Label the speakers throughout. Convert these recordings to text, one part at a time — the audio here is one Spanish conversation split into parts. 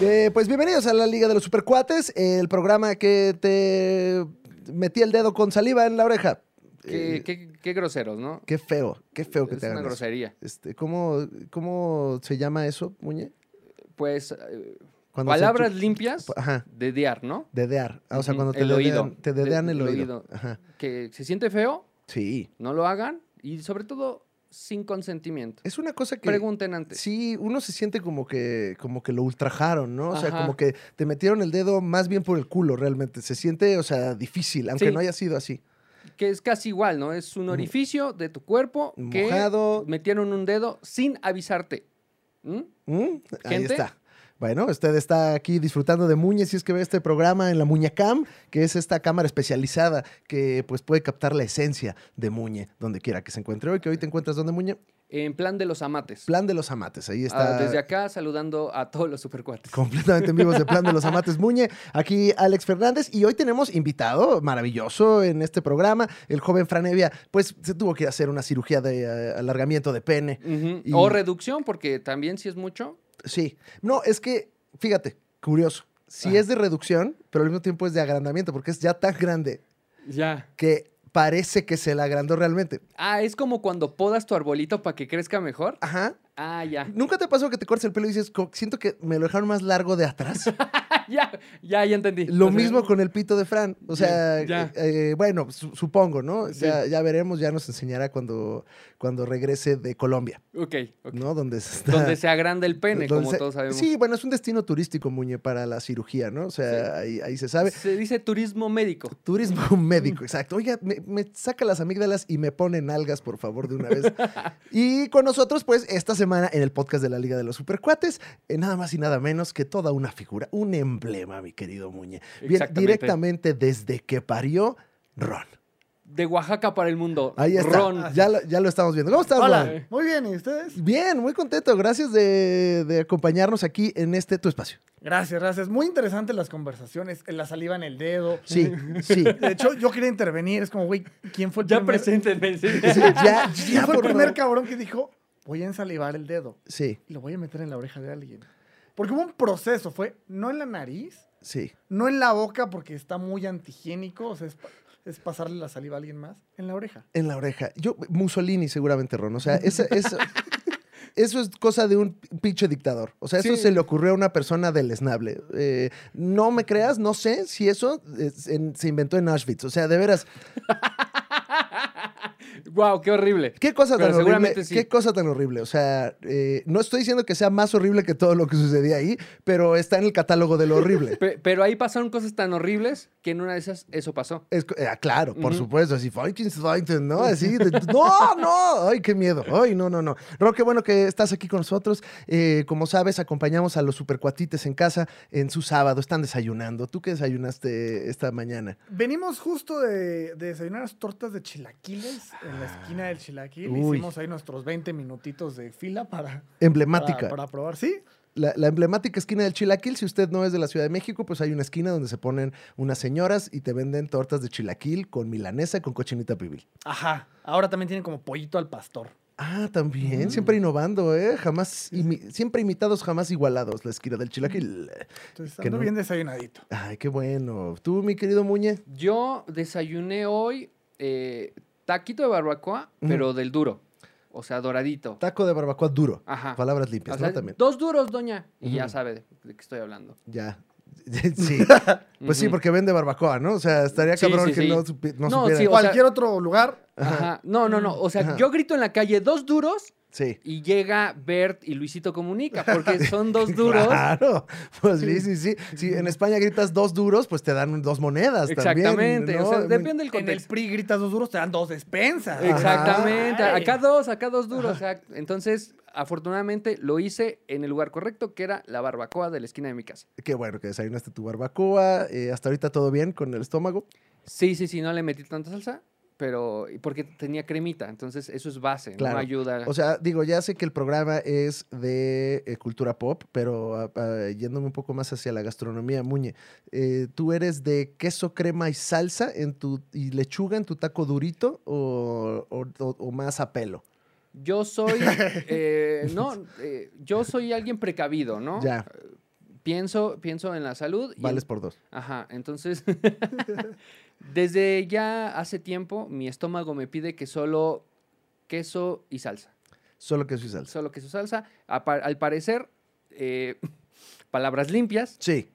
Speaker 1: Eh, pues bienvenidos a la Liga de los Supercuates, el programa que te metí el dedo con saliva en la oreja.
Speaker 2: Qué,
Speaker 1: Eh,
Speaker 2: qué- qué groseros, ¿no?
Speaker 1: qué feo, qué feo que
Speaker 2: es
Speaker 1: te hagan
Speaker 2: una
Speaker 1: eso.
Speaker 2: grosería.
Speaker 1: Este, ¿cómo, ¿Cómo se llama eso, Muñe?
Speaker 2: Pues, eh,
Speaker 1: Cuando se
Speaker 2: palabras
Speaker 1: chu-
Speaker 2: limpias
Speaker 1: Ajá,
Speaker 2: de diar, ¿no?
Speaker 1: dedear. Ah, o sea,
Speaker 2: Ujú,
Speaker 1: cuando te
Speaker 2: el
Speaker 1: dedean,
Speaker 2: oído.
Speaker 1: te dedean
Speaker 2: De-
Speaker 1: el,
Speaker 2: el
Speaker 1: oído.
Speaker 2: oído.
Speaker 1: Ajá.
Speaker 2: Que se siente feo,
Speaker 1: Sí,
Speaker 2: no lo hagan y sobre todo sin consentimiento.
Speaker 1: es una cosa que...
Speaker 2: Pregunten antes.
Speaker 1: Sí, uno se siente como que, como que lo ultrajaron, ¿no? O sea,
Speaker 2: Ajá.
Speaker 1: como que te metieron el dedo más bien por el culo, realmente. Se siente, o sea, difícil, aunque
Speaker 2: Sí.
Speaker 1: no haya sido así.
Speaker 2: Que es casi igual, ¿no? Es un orificio de tu cuerpo que
Speaker 1: Mojado.
Speaker 2: metieron un dedo sin avisarte. ¿Mm?
Speaker 1: ¿Mm? Ahí
Speaker 2: Gente.
Speaker 1: está. Bueno, usted está aquí disfrutando de Muñez y es que ve este programa en la Muñecam, que es esta cámara especializada que pues puede captar la esencia de Muñe donde quiera que se encuentre. Hoy que hoy te encuentras donde Muñe,
Speaker 2: En plan de los amates.
Speaker 1: Plan de los Amates. Ahí
Speaker 2: Ah,
Speaker 1: está.
Speaker 2: desde acá saludando a todos los supercuates.
Speaker 1: Completamente en vivo de Plan de los Amates Muñe. Aquí Alex Fernández. Y hoy tenemos invitado maravilloso en este programa. El joven Franevia, pues se tuvo que hacer una cirugía de eh, alargamiento de pene.
Speaker 2: Ujú.
Speaker 1: Y-
Speaker 2: O reducción, porque también si es mucho.
Speaker 1: Sí. No, es que, fíjate, curioso. Sí
Speaker 2: Ajá.
Speaker 1: es de reducción, pero al mismo tiempo es de agrandamiento, porque es ya tan grande
Speaker 2: Ya.
Speaker 1: que parece que se la agrandó realmente.
Speaker 2: Ah, es como cuando podas tu arbolito para que crezca mejor.
Speaker 1: Ajá.
Speaker 2: Ah, ya.
Speaker 1: ¿Nunca te pasó que te cortes el pelo y dices, "Co- siento que me lo dejaron más largo de atrás?
Speaker 2: ya, ya, ya entendí.
Speaker 1: Lo
Speaker 2: O sea,
Speaker 1: mismo con el pito de Fran. O sea,
Speaker 2: Ya.
Speaker 1: eh, eh, bueno, su- supongo, ¿no?
Speaker 2: Sí.
Speaker 1: Ya, ya veremos, ya nos enseñará cuando, cuando regrese de Colombia,
Speaker 2: Ok, ok.
Speaker 1: ¿no? Donde se está-
Speaker 2: Donde se agranda el pene,
Speaker 1: donde
Speaker 2: como
Speaker 1: se-
Speaker 2: todos sabemos.
Speaker 1: Sí, bueno, es un destino turístico, Muñe, para la cirugía, ¿no? O sea,
Speaker 2: Sí.
Speaker 1: ahí, ahí se sabe.
Speaker 2: Se dice turismo médico.
Speaker 1: Turismo médico, exacto. Oiga, me, me saca las amígdalas y me ponen algas, por favor, de una vez. y con nosotros, pues, esta semana en el podcast de la Liga de los Supercuates, eh, nada más y nada menos que toda una figura, un emblema, mi querido Muñe. Bien,
Speaker 2: Exactamente.
Speaker 1: directamente desde que parió Ron.
Speaker 2: De Oaxaca para el mundo.
Speaker 1: Ahí está.
Speaker 2: Ron.
Speaker 1: Ya, lo, ya lo estamos viendo. ¿Cómo estás, Ron?
Speaker 3: Hola,
Speaker 2: Juan?
Speaker 3: muy bien, ¿y ustedes?
Speaker 1: Bien, muy contento. Gracias de, de acompañarnos aquí en este tu espacio.
Speaker 3: Gracias, gracias. Muy interesantes las conversaciones, la saliva en el dedo.
Speaker 1: Sí, sí.
Speaker 3: De hecho, yo quería intervenir, es como, güey, ¿quién fue el
Speaker 2: Ya
Speaker 3: primer,
Speaker 2: preséntenme. sí.
Speaker 1: Sí, ya,
Speaker 3: ¿quién
Speaker 1: ya,
Speaker 3: fue el
Speaker 1: por
Speaker 3: primer
Speaker 1: favor.
Speaker 3: cabrón que dijo, voy a ensalivar el dedo
Speaker 1: Sí,
Speaker 3: y lo voy a meter en la oreja de alguien? Porque hubo un proceso, fue no en la nariz,
Speaker 1: sí.
Speaker 3: no en la boca porque está muy antihigiénico, o sea, es, pa- es pasarle la saliva a alguien más, en la oreja.
Speaker 1: En la oreja. Yo, Mussolini seguramente, Ron. O sea, esa- esa- eso es cosa de un pinche dictador. O sea, eso
Speaker 2: Sí.
Speaker 1: se le ocurrió a una persona deleznable. Eh, no me creas, no sé si eso eh, en- se inventó en Auschwitz. O sea, de veras,
Speaker 2: Guau, qué horrible.
Speaker 1: qué cosa tan
Speaker 2: Pero
Speaker 1: horrible.
Speaker 2: seguramente sí.
Speaker 1: Qué cosa tan horrible. O sea, eh, no estoy diciendo que sea más horrible que todo lo que sucedía ahí, pero está en el catálogo de lo horrible.
Speaker 2: Pe- pero ahí pasaron cosas tan horribles que en una de esas eso pasó.
Speaker 1: Es co- eh, ah, claro, por
Speaker 2: Ujú.
Speaker 1: supuesto, así, fighting, fighting, ¿no? Así, de- no, no, ay, qué miedo, ay, no, no, no. Ro, qué bueno que estás aquí con nosotros. Eh, como sabes, acompañamos a los supercuatites en casa en su sábado, están desayunando. ¿Tú qué desayunaste esta mañana?
Speaker 3: Venimos justo de, de desayunar las tortas de chilaquiles en la esquina del chilaquil.
Speaker 1: Uy.
Speaker 3: Hicimos ahí nuestros 20 minutitos de fila para,
Speaker 1: Emblemática.
Speaker 3: para, para probar. Sí,
Speaker 1: La, la emblemática esquina del Chilaquil, si usted no es de la Ciudad de México, pues hay una esquina donde se ponen unas señoras y te venden tortas de Chilaquil con milanesa y con cochinita pibil.
Speaker 3: Ajá. Ahora también tienen como pollito al pastor.
Speaker 1: Ah, también,
Speaker 3: Mm.
Speaker 1: siempre innovando, ¿eh? Jamás, imi- siempre imitados, jamás igualados, la esquina del Chilaquil.
Speaker 3: Entonces,
Speaker 1: Que
Speaker 3: ando
Speaker 1: no-
Speaker 3: bien desayunadito.
Speaker 1: Ay, qué bueno. Tú, mi querido Muñe.
Speaker 2: Yo desayuné hoy eh, taquito de barbacoa,
Speaker 1: Ujú.
Speaker 2: pero del duro. O sea, doradito.
Speaker 1: Taco de barbacoa duro.
Speaker 2: Ajá.
Speaker 1: Palabras limpias,
Speaker 2: Ah. O sea,
Speaker 1: ¿no? También.
Speaker 2: Dos duros, doña. Y ya
Speaker 1: Ujú.
Speaker 2: sabe de, de qué estoy hablando.
Speaker 1: Ya. sí. Pues sí,
Speaker 2: Ujú.
Speaker 1: porque vende barbacoa, ¿no? O sea, estaría
Speaker 2: Sí,
Speaker 1: cabrón
Speaker 2: sí,
Speaker 1: que
Speaker 2: sí.
Speaker 1: no, supi- no
Speaker 2: No,
Speaker 1: supiera.
Speaker 2: sí, o-
Speaker 3: Cualquier otro lugar.
Speaker 2: Ajá. No, no, no. O sea,
Speaker 1: Ajá.
Speaker 2: yo grito en la calle dos duros
Speaker 1: Sí.
Speaker 2: y llega Bert y Luisito comunica, porque son dos duros.
Speaker 1: Claro, pues sí, sí, sí. Si en España gritas dos duros, pues te dan dos monedas
Speaker 2: Exactamente.
Speaker 1: también.
Speaker 2: O
Speaker 1: ¿no?
Speaker 2: sea,
Speaker 1: Muy-
Speaker 2: depende del
Speaker 3: En el
Speaker 2: contexto.
Speaker 3: PRI gritas dos duros, te dan dos despensas.
Speaker 2: Exactamente.
Speaker 3: Ay.
Speaker 2: Acá dos, acá dos duros. o sea, entonces, afortunadamente, lo hice en el lugar correcto, que era la barbacoa de la esquina de mi casa.
Speaker 1: Qué bueno que desayunaste tu barbacoa. eh, hasta ahorita todo bien con el estómago.
Speaker 2: Sí, sí, sí, no le metí tanta salsa, pero porque tenía cremita, entonces eso es base,
Speaker 1: Claro.
Speaker 2: no ayuda.
Speaker 1: O sea, digo, ya sé que el programa es de eh, cultura pop, pero ah, ah, yéndome un poco más hacia la gastronomía, Muñe, eh, ¿tú eres de queso, crema y salsa en tu, y lechuga en tu taco durito o, o- o- o más a pelo?
Speaker 2: Yo soy, eh, no, eh, yo soy alguien precavido, ¿no?
Speaker 1: Ya.
Speaker 2: pienso, pienso en la salud. y
Speaker 1: Vales por dos.
Speaker 2: Ajá, entonces, desde ya hace tiempo mi estómago me pide que solo queso y salsa.
Speaker 1: Solo queso y salsa.
Speaker 2: Solo queso y salsa. Apa- Al parecer, eh, palabras limpias,
Speaker 1: Sí.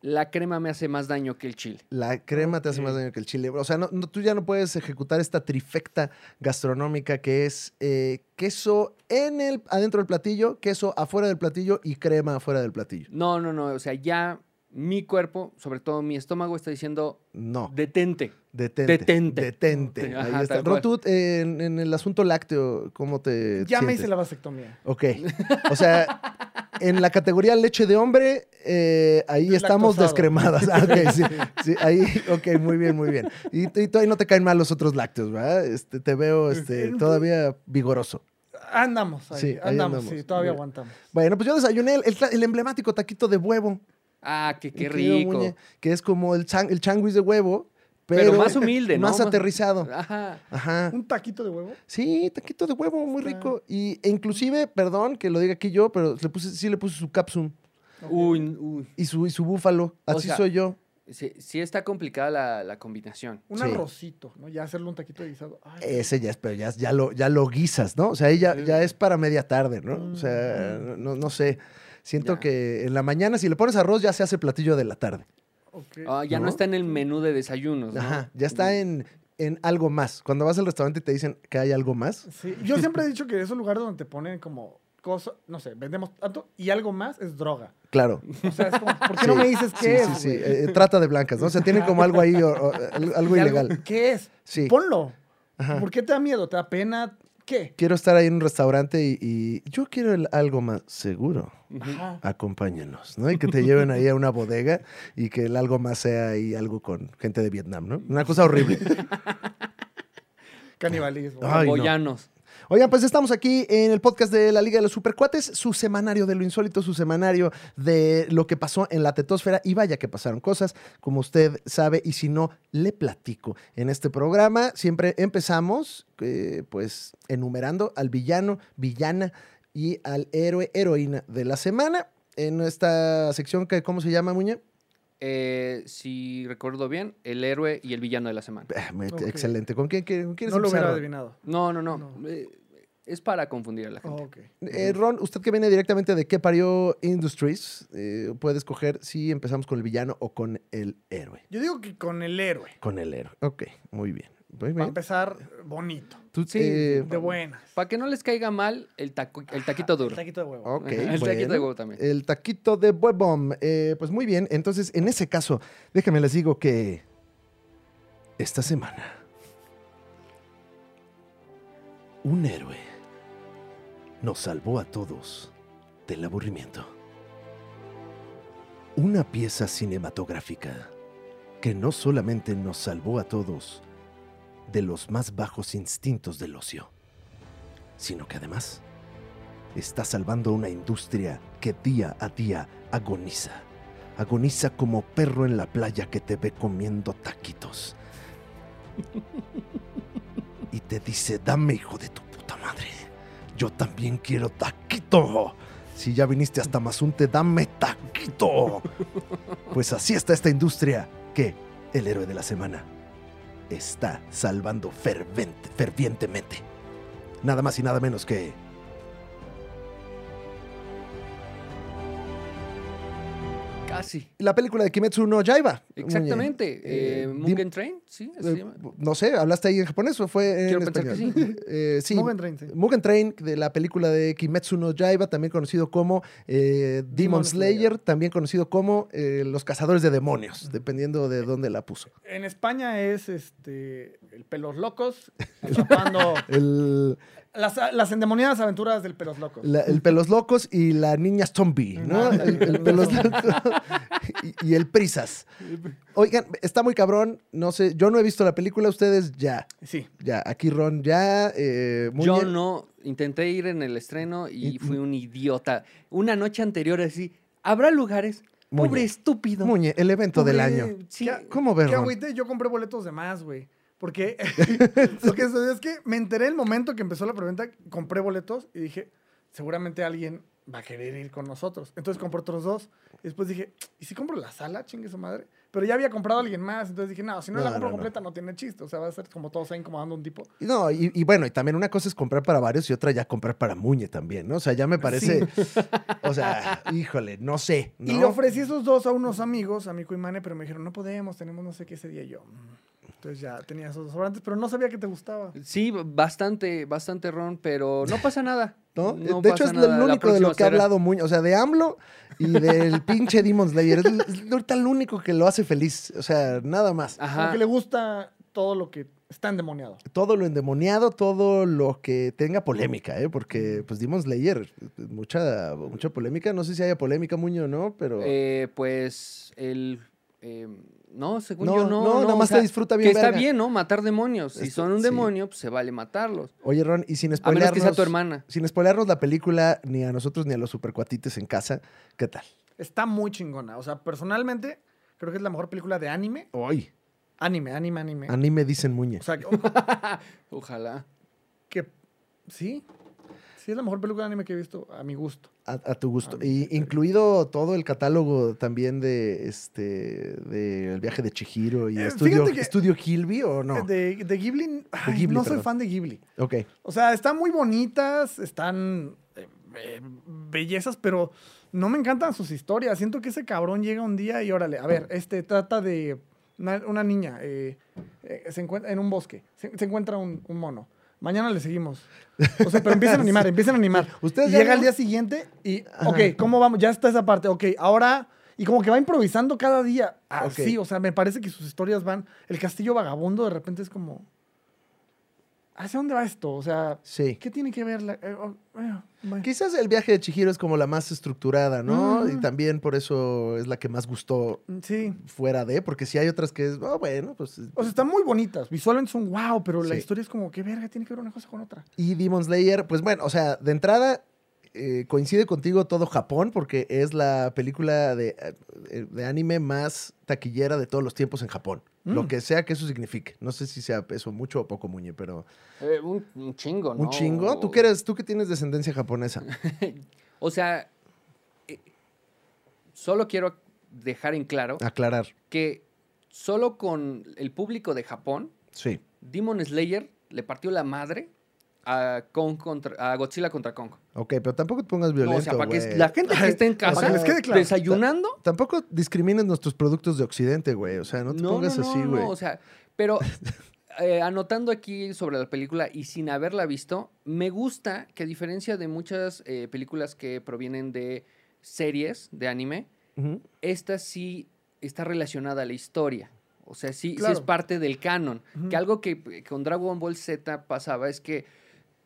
Speaker 2: la crema me hace más daño que el chile.
Speaker 1: La crema te hace más
Speaker 3: Ok.
Speaker 1: daño que el chile. O sea, no, no- tú ya no puedes ejecutar esta trifecta gastronómica que es eh, queso en el, adentro del platillo, queso afuera del platillo y crema afuera del platillo.
Speaker 2: No, no, no, o sea, ya mi cuerpo, sobre todo mi estómago, está diciendo,
Speaker 1: No,
Speaker 2: detente.
Speaker 1: detente.
Speaker 2: detente.
Speaker 1: Detente.
Speaker 2: Ajá,
Speaker 1: Ahí está.
Speaker 2: tal cual.
Speaker 1: Rotut, eh, en, en el asunto lácteo, ¿cómo te
Speaker 3: Ya me
Speaker 1: sientes?
Speaker 3: hice la vasectomía.
Speaker 1: Ok. O sea, en la categoría leche de hombre, eh, ahí estamos
Speaker 3: Lactosado.
Speaker 1: descremadas. Ah, ok, sí, sí, ahí, ok, muy bien, muy bien. Y, y todavía no te caen mal los otros lácteos, ¿verdad? Este, te veo este, todavía vigoroso.
Speaker 3: Andamos ahí,
Speaker 1: Sí, ahí
Speaker 3: andamos,
Speaker 1: andamos.
Speaker 3: sí, todavía
Speaker 1: Mira.
Speaker 3: aguantamos.
Speaker 1: Bueno, pues yo desayuné el, el cla- el emblemático taquito de huevo.
Speaker 2: Ah, que qué
Speaker 1: mi querido
Speaker 2: rico.
Speaker 1: Muñe, que es como el, chan- el changuis de huevo, pero,
Speaker 2: pero, más humilde, ¿no?
Speaker 1: más aterrizado.
Speaker 2: Ajá.
Speaker 1: Ajá.
Speaker 3: ¿Un taquito de huevo?
Speaker 1: Sí, taquito de huevo, muy
Speaker 3: Está.
Speaker 1: rico. Y, e inclusive, perdón que lo diga aquí yo, pero le puse, sí le puse su capsum.
Speaker 2: Uy, uy.
Speaker 1: y su, y su búfalo.
Speaker 2: O
Speaker 1: Así
Speaker 2: sea-
Speaker 1: soy yo.
Speaker 2: Sí, sí está complicada la, la combinación.
Speaker 3: Un
Speaker 1: Sí.
Speaker 3: arrocito, ¿no? Ya hacerle un taquito de guisado. Ay,
Speaker 1: Ese ya es, pero ya, ya, lo, ya lo guisas, ¿no? O sea, ahí ya,
Speaker 2: Sí.
Speaker 1: ya es para media tarde, ¿no? O sea,
Speaker 3: Mm.
Speaker 1: no, no sé. Siento
Speaker 2: Ya.
Speaker 1: que en la mañana, si le pones arroz, ya se hace platillo de la tarde.
Speaker 3: ok.
Speaker 2: Ah, ya no.
Speaker 1: ¿No?
Speaker 2: está en el menú de desayunos. Pues ¿no?
Speaker 1: Ajá. Ya está en, en algo más. Cuando vas al restaurante y te dicen que hay algo más.
Speaker 3: Sí, Yo siempre he dicho que esos lugares donde te ponen como cosas, no sé, vendemos tanto y algo más es droga.
Speaker 1: Claro.
Speaker 3: O sea, es como, ¿por qué
Speaker 1: Sí,
Speaker 3: no me dices
Speaker 1: Sí,
Speaker 3: qué es?
Speaker 1: sí, sí.
Speaker 3: güey?
Speaker 1: Eh, eh, trata de blancas, ¿no? O sea, tiene como algo ahí, o- o, al- algo
Speaker 3: Y
Speaker 1: ilegal.
Speaker 3: ¿Qué es?
Speaker 1: Sí.
Speaker 3: Ponlo.
Speaker 1: Ajá.
Speaker 3: ¿Por qué te da miedo? ¿Te da pena? ¿Qué?
Speaker 1: Quiero estar ahí en un restaurante y, y yo quiero el algo más seguro.
Speaker 3: Ajá.
Speaker 1: acompáñenos, ¿no? Y que te lleven ahí a una bodega y que el algo más sea ahí algo con gente de Vietnam, ¿no? Una cosa horrible.
Speaker 3: Canibalismo.
Speaker 1: Ay, no.
Speaker 2: Boyanos.
Speaker 1: Oigan, pues estamos aquí en el podcast de la Liga de los Supercuates, su semanario de lo insólito, su semanario de lo que pasó en la tetosfera. Y vaya que pasaron cosas, como usted sabe, y si no, le platico. En este programa siempre empezamos, eh, pues, enumerando al villano, villana y al héroe, heroína de la semana. En esta sección que, ¿cómo se llama, Muñe?
Speaker 2: Eh, si recuerdo bien, el héroe y el villano de la semana.
Speaker 1: Ah, me-
Speaker 3: Ok.
Speaker 1: Excelente. ¿Con quién, quién- quieres
Speaker 3: No lo
Speaker 1: empezar,
Speaker 3: hubiera
Speaker 1: Ron?
Speaker 3: adivinado.
Speaker 2: No, no, no.
Speaker 3: No.
Speaker 2: eh, es para confundir a la gente.
Speaker 3: ok.
Speaker 1: Eh, Ron, usted que viene directamente de qué parió Industries, eh, puede escoger si empezamos con el villano o con el héroe.
Speaker 3: Yo digo que con el héroe.
Speaker 1: Con el héroe. Ok, muy bien. Muy
Speaker 3: Para
Speaker 1: bien.
Speaker 3: empezar, bonito.
Speaker 1: Tú,
Speaker 2: Sí,
Speaker 1: eh,
Speaker 3: De buenas.
Speaker 2: Para que no les caiga mal el, taco- el taquito duro.
Speaker 3: El taquito de huevo.
Speaker 1: ok,
Speaker 2: el taquito de
Speaker 1: bueno.
Speaker 2: huevo también.
Speaker 1: El taquito de Webom. Eh, pues muy bien. Entonces, en ese caso, déjenme les digo que esta semana un héroe nos salvó a todos del aburrimiento. Una pieza cinematográfica que no solamente nos salvó a todos de los más bajos instintos del ocio, sino que además está salvando una industria que día a día agoniza. Agoniza como perro en la playa que te ve comiendo taquitos. Y te dice, dame hijo de tu puta madre. Yo también quiero taquito. Si ya viniste hasta Mazunte, dame taquito. Pues así está esta industria que el héroe de la semana está salvando fervente- fervientemente. Nada más y nada menos que
Speaker 2: Casi.
Speaker 1: la película de Kimetsu no Yaiba.
Speaker 2: Exactamente.
Speaker 1: Eh,
Speaker 2: Eh,
Speaker 1: dim-
Speaker 2: Mugen Train, sí. así se
Speaker 1: Muñe.
Speaker 2: llama.
Speaker 1: Eh, no sé, ¿hablaste ahí en japonés o fue en
Speaker 2: Quiero pensar que
Speaker 1: español? Eh, sí.
Speaker 3: Mugen Train, sí.
Speaker 1: Mugen Train, de la película de Kimetsu no Yaiba, también conocido como eh, Demon
Speaker 3: Demon Slayer.
Speaker 1: Slayer, también conocido como eh, Los Cazadores de Demonios, dependiendo de dónde la puso.
Speaker 3: En España es este el pelos locos atrapando
Speaker 1: El,
Speaker 3: las, las endemoniadas aventuras del pelos locos.
Speaker 1: la- el Pelos Locos y la Niña Zombie, ¿no?
Speaker 3: Ándale.
Speaker 1: El, el Pelos Locos y, y el Prisas. Oigan, está muy cabrón, no sé, yo no he visto la película, ustedes ya,
Speaker 3: Sí.
Speaker 1: ya, aquí Ron ya, eh, Muñe-
Speaker 2: Yo no intenté ir en el estreno y
Speaker 1: Y-
Speaker 2: fui un idiota. Una noche anterior así, habrá lugares.
Speaker 1: Muñe.
Speaker 2: Pobre estúpido.
Speaker 1: Muñe, el evento del
Speaker 2: Pobre-
Speaker 1: año.
Speaker 2: Sí.
Speaker 3: ¿Qué-
Speaker 1: ¿Cómo ver,
Speaker 3: Qué
Speaker 1: Ron?
Speaker 3: agüite, yo compré boletos de más, güey. Porque lo que sucedió es que me enteré el momento que empezó la preventa, compré boletos y dije, seguramente alguien va a querer ir con nosotros. Entonces compré otros dos. Y después dije, ¿y si compro la sala? Chingue su madre. Pero ya había comprado a alguien más. Entonces dije, no, si no,
Speaker 1: No,
Speaker 3: la compro
Speaker 1: no, no.
Speaker 3: completa no. tiene chiste. O sea, va a ser como todos ahí incomodando a un tipo.
Speaker 1: Y No, y, y bueno, y también una cosa es comprar para varios y otra ya comprar para Muñe también, ¿no? O sea, ya me parece, o sea, híjole, no sé, ¿no?
Speaker 3: Y le ofrecí esos dos a unos amigos, a Mico y Mane, pero me dijeron, no podemos, tenemos no sé qué ese día. Y yo, "Mm". entonces ya tenía esos dos sobrantes, pero no sabía que te gustaba.
Speaker 2: Sí, bastante, bastante ron, pero no pasa nada.
Speaker 1: ¿no? de hecho,
Speaker 2: pasa
Speaker 1: es lo
Speaker 2: nada. La
Speaker 1: único de lo
Speaker 2: próxima
Speaker 1: que ha
Speaker 2: será-
Speaker 1: hablado Muñe. O sea, de AMLO y del pinche Demon Slayer. Es, l- es ahorita lo único que lo hace feliz. O sea, nada más.
Speaker 2: Ajá.
Speaker 3: Porque le gusta todo lo que está endemoniado.
Speaker 1: Todo lo endemoniado, todo lo que tenga polémica, ¿eh? Porque, pues, Demon Slayer, mucha, mucha polémica. No sé si haya polémica, Muñe, o no, pero...
Speaker 2: Eh, pues el. eh, no, según
Speaker 1: No,
Speaker 2: yo no.
Speaker 1: no, nada más
Speaker 2: se
Speaker 1: se disfruta bien
Speaker 2: Que está
Speaker 1: verga.
Speaker 2: bien, ¿no? Matar demonios. Si
Speaker 1: Este,
Speaker 2: son un
Speaker 1: sí.
Speaker 2: demonio, pues se vale matarlos.
Speaker 1: Oye, Ron, y sin
Speaker 2: A menos que sea
Speaker 1: spoilearnos...
Speaker 2: tu hermana.
Speaker 1: Sin spoilearnos la película ni a nosotros ni a los supercuatites en casa, ¿qué tal?
Speaker 3: Está muy chingona. O sea, personalmente, creo que es la mejor película de anime.
Speaker 1: Hoy.
Speaker 3: Anime, anime, anime.
Speaker 1: Anime dicen Muñe.
Speaker 3: o sea, que,
Speaker 2: Ojalá.
Speaker 3: que- sí. Sí, es la mejor película de anime que he visto, a mi gusto.
Speaker 1: A, a tu gusto.
Speaker 3: Ah,
Speaker 1: Y incluido todo el catálogo también de este de El viaje de Chihiro y
Speaker 3: Eh,
Speaker 1: Estudio
Speaker 3: fíjate que-
Speaker 1: Estudio Hilby o no.
Speaker 3: Eh, De, de Ghibli, ay,
Speaker 1: Ghibli,
Speaker 3: no soy
Speaker 1: perdón.
Speaker 3: fan de Ghibli.
Speaker 1: Ok.
Speaker 3: O sea, están muy bonitas, están eh, eh, bellezas, pero no me encantan sus historias. Siento que ese cabrón llega un día y órale, a ver, este trata de una, una niña eh, eh, se encuentra en un bosque, se, se encuentra un, un mono. Mañana le seguimos. O sea, pero empiezan a animar, empiezan a animar.
Speaker 1: Ustedes
Speaker 3: Y
Speaker 1: ya
Speaker 3: llega
Speaker 1: no-
Speaker 3: el día siguiente y,
Speaker 1: Ajá.
Speaker 3: ok, ¿cómo vamos? Ya está esa parte, ok, ahora... Y como que va improvisando cada día. Así,
Speaker 1: Ok.
Speaker 3: o sea, me parece que sus historias van... El castillo vagabundo de repente es como... ¿Hacia dónde va esto? O sea,
Speaker 1: Sí.
Speaker 3: ¿Qué tiene que ver la.? eh, oh, eh, bueno.
Speaker 1: Quizás el viaje de Chihiro es como la más estructurada, ¿no?
Speaker 3: Ujú.
Speaker 1: Y también por eso es la que más gustó
Speaker 3: Sí.
Speaker 1: fuera de, porque si hay otras que es, oh, bueno, pues...
Speaker 3: O sea, están muy bonitas. Visualmente son wow, pero la
Speaker 1: Sí.
Speaker 3: historia es como, ¿qué verga tiene que ver una cosa con otra?
Speaker 1: Y Demon Slayer, pues bueno, o sea, de entrada eh, coincide contigo todo Japón porque es la película de, eh, de anime más taquillera de todos los tiempos en Japón.
Speaker 3: Mm.
Speaker 1: Lo que sea que eso signifique. No sé si sea eso mucho o poco, Muñe, pero
Speaker 2: Eh, un, un chingo, ¿no?
Speaker 1: un chingo. ¿Tú que eres, tú que tienes descendencia japonesa?
Speaker 2: O sea, eh, solo quiero dejar en claro
Speaker 1: Aclarar.
Speaker 2: que solo con el público de Japón,
Speaker 1: Sí.
Speaker 2: Demon Slayer le partió la madre a, Kong contra, a Godzilla contra Kong.
Speaker 1: Ok, pero tampoco te pongas
Speaker 2: No, o
Speaker 1: violento,
Speaker 2: sea, para que
Speaker 1: güey.
Speaker 2: la gente que esté en
Speaker 3: Para que
Speaker 2: casa
Speaker 3: les quede claro.
Speaker 2: desayunando
Speaker 1: Tampoco discrimines nuestros productos de Occidente, güey. O sea, no te pongas
Speaker 2: no,
Speaker 1: así,
Speaker 2: no,
Speaker 1: güey.
Speaker 2: o sea, pero eh, anotando aquí sobre la película y sin haberla visto, me gusta que a diferencia de muchas eh, películas que provienen de series de anime,
Speaker 1: Ujú.
Speaker 2: esta sí está relacionada a la historia. O sea, sí, sí es
Speaker 3: Claro.
Speaker 2: parte del canon.
Speaker 3: Ujú.
Speaker 2: Que algo que eh, con Dragon Ball Z pasaba es que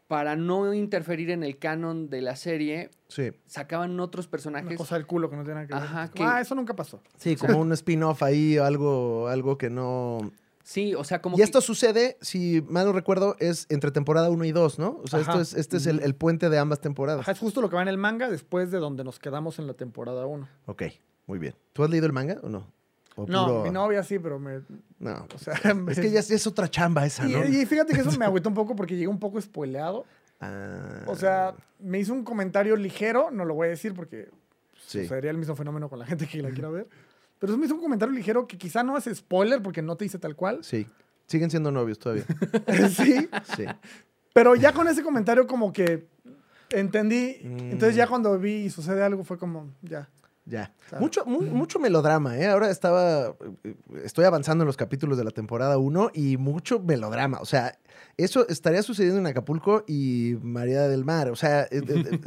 Speaker 2: para no interferir en el canon de la serie,
Speaker 1: Sí.
Speaker 2: sacaban otros
Speaker 3: Una
Speaker 2: personajes.
Speaker 3: cosa del culo que no tiene nada que ver.
Speaker 2: Ajá,
Speaker 3: Es
Speaker 2: que-
Speaker 3: como, Ah, eso nunca pasó.
Speaker 1: Sí, como un spin-off ahí, algo, algo que no.
Speaker 2: Sí, o sea, como
Speaker 1: Y
Speaker 2: que-
Speaker 1: esto sucede, si mal no recuerdo, es entre temporada 1 y 2, ¿no? O sea,
Speaker 3: Ajá.
Speaker 1: esto es, este es el, el puente de ambas temporadas.
Speaker 3: Ajá, es justo lo que va en el manga después de donde nos quedamos en la temporada 1.
Speaker 1: Ok, muy bien. ¿Tú has leído el manga o no? ¿O
Speaker 3: No,
Speaker 1: puro-
Speaker 3: mi novia sí, pero me.
Speaker 1: No. pues,
Speaker 3: O sea,
Speaker 1: Es que ya es, es otra chamba esa,
Speaker 3: Y,
Speaker 1: ¿no?
Speaker 3: y fíjate que eso me agüitó un poco porque llegué un poco spoileado.
Speaker 1: Ah,
Speaker 3: O sea, me hizo un comentario ligero, no lo voy a decir porque
Speaker 1: sí.
Speaker 3: sucedería el mismo fenómeno con la gente que la quiera ver. Pero eso me hizo un comentario ligero que quizá no es spoiler porque no te dice tal cual.
Speaker 1: sí. Siguen siendo novios todavía.
Speaker 3: sí,
Speaker 1: Sí.
Speaker 3: Pero ya con ese comentario como que entendí.
Speaker 1: Mm.
Speaker 3: Entonces ya cuando vi y sucede algo fue como, ya.
Speaker 1: Ya.
Speaker 3: Claro.
Speaker 1: Mucho, mu- mucho melodrama, ¿eh? Ahora estaba. eh, Estoy avanzando en los capítulos de la temporada 1 y mucho melodrama. O sea, eso estaría sucediendo en Acapulco y María del Mar. O sea, eh, eh,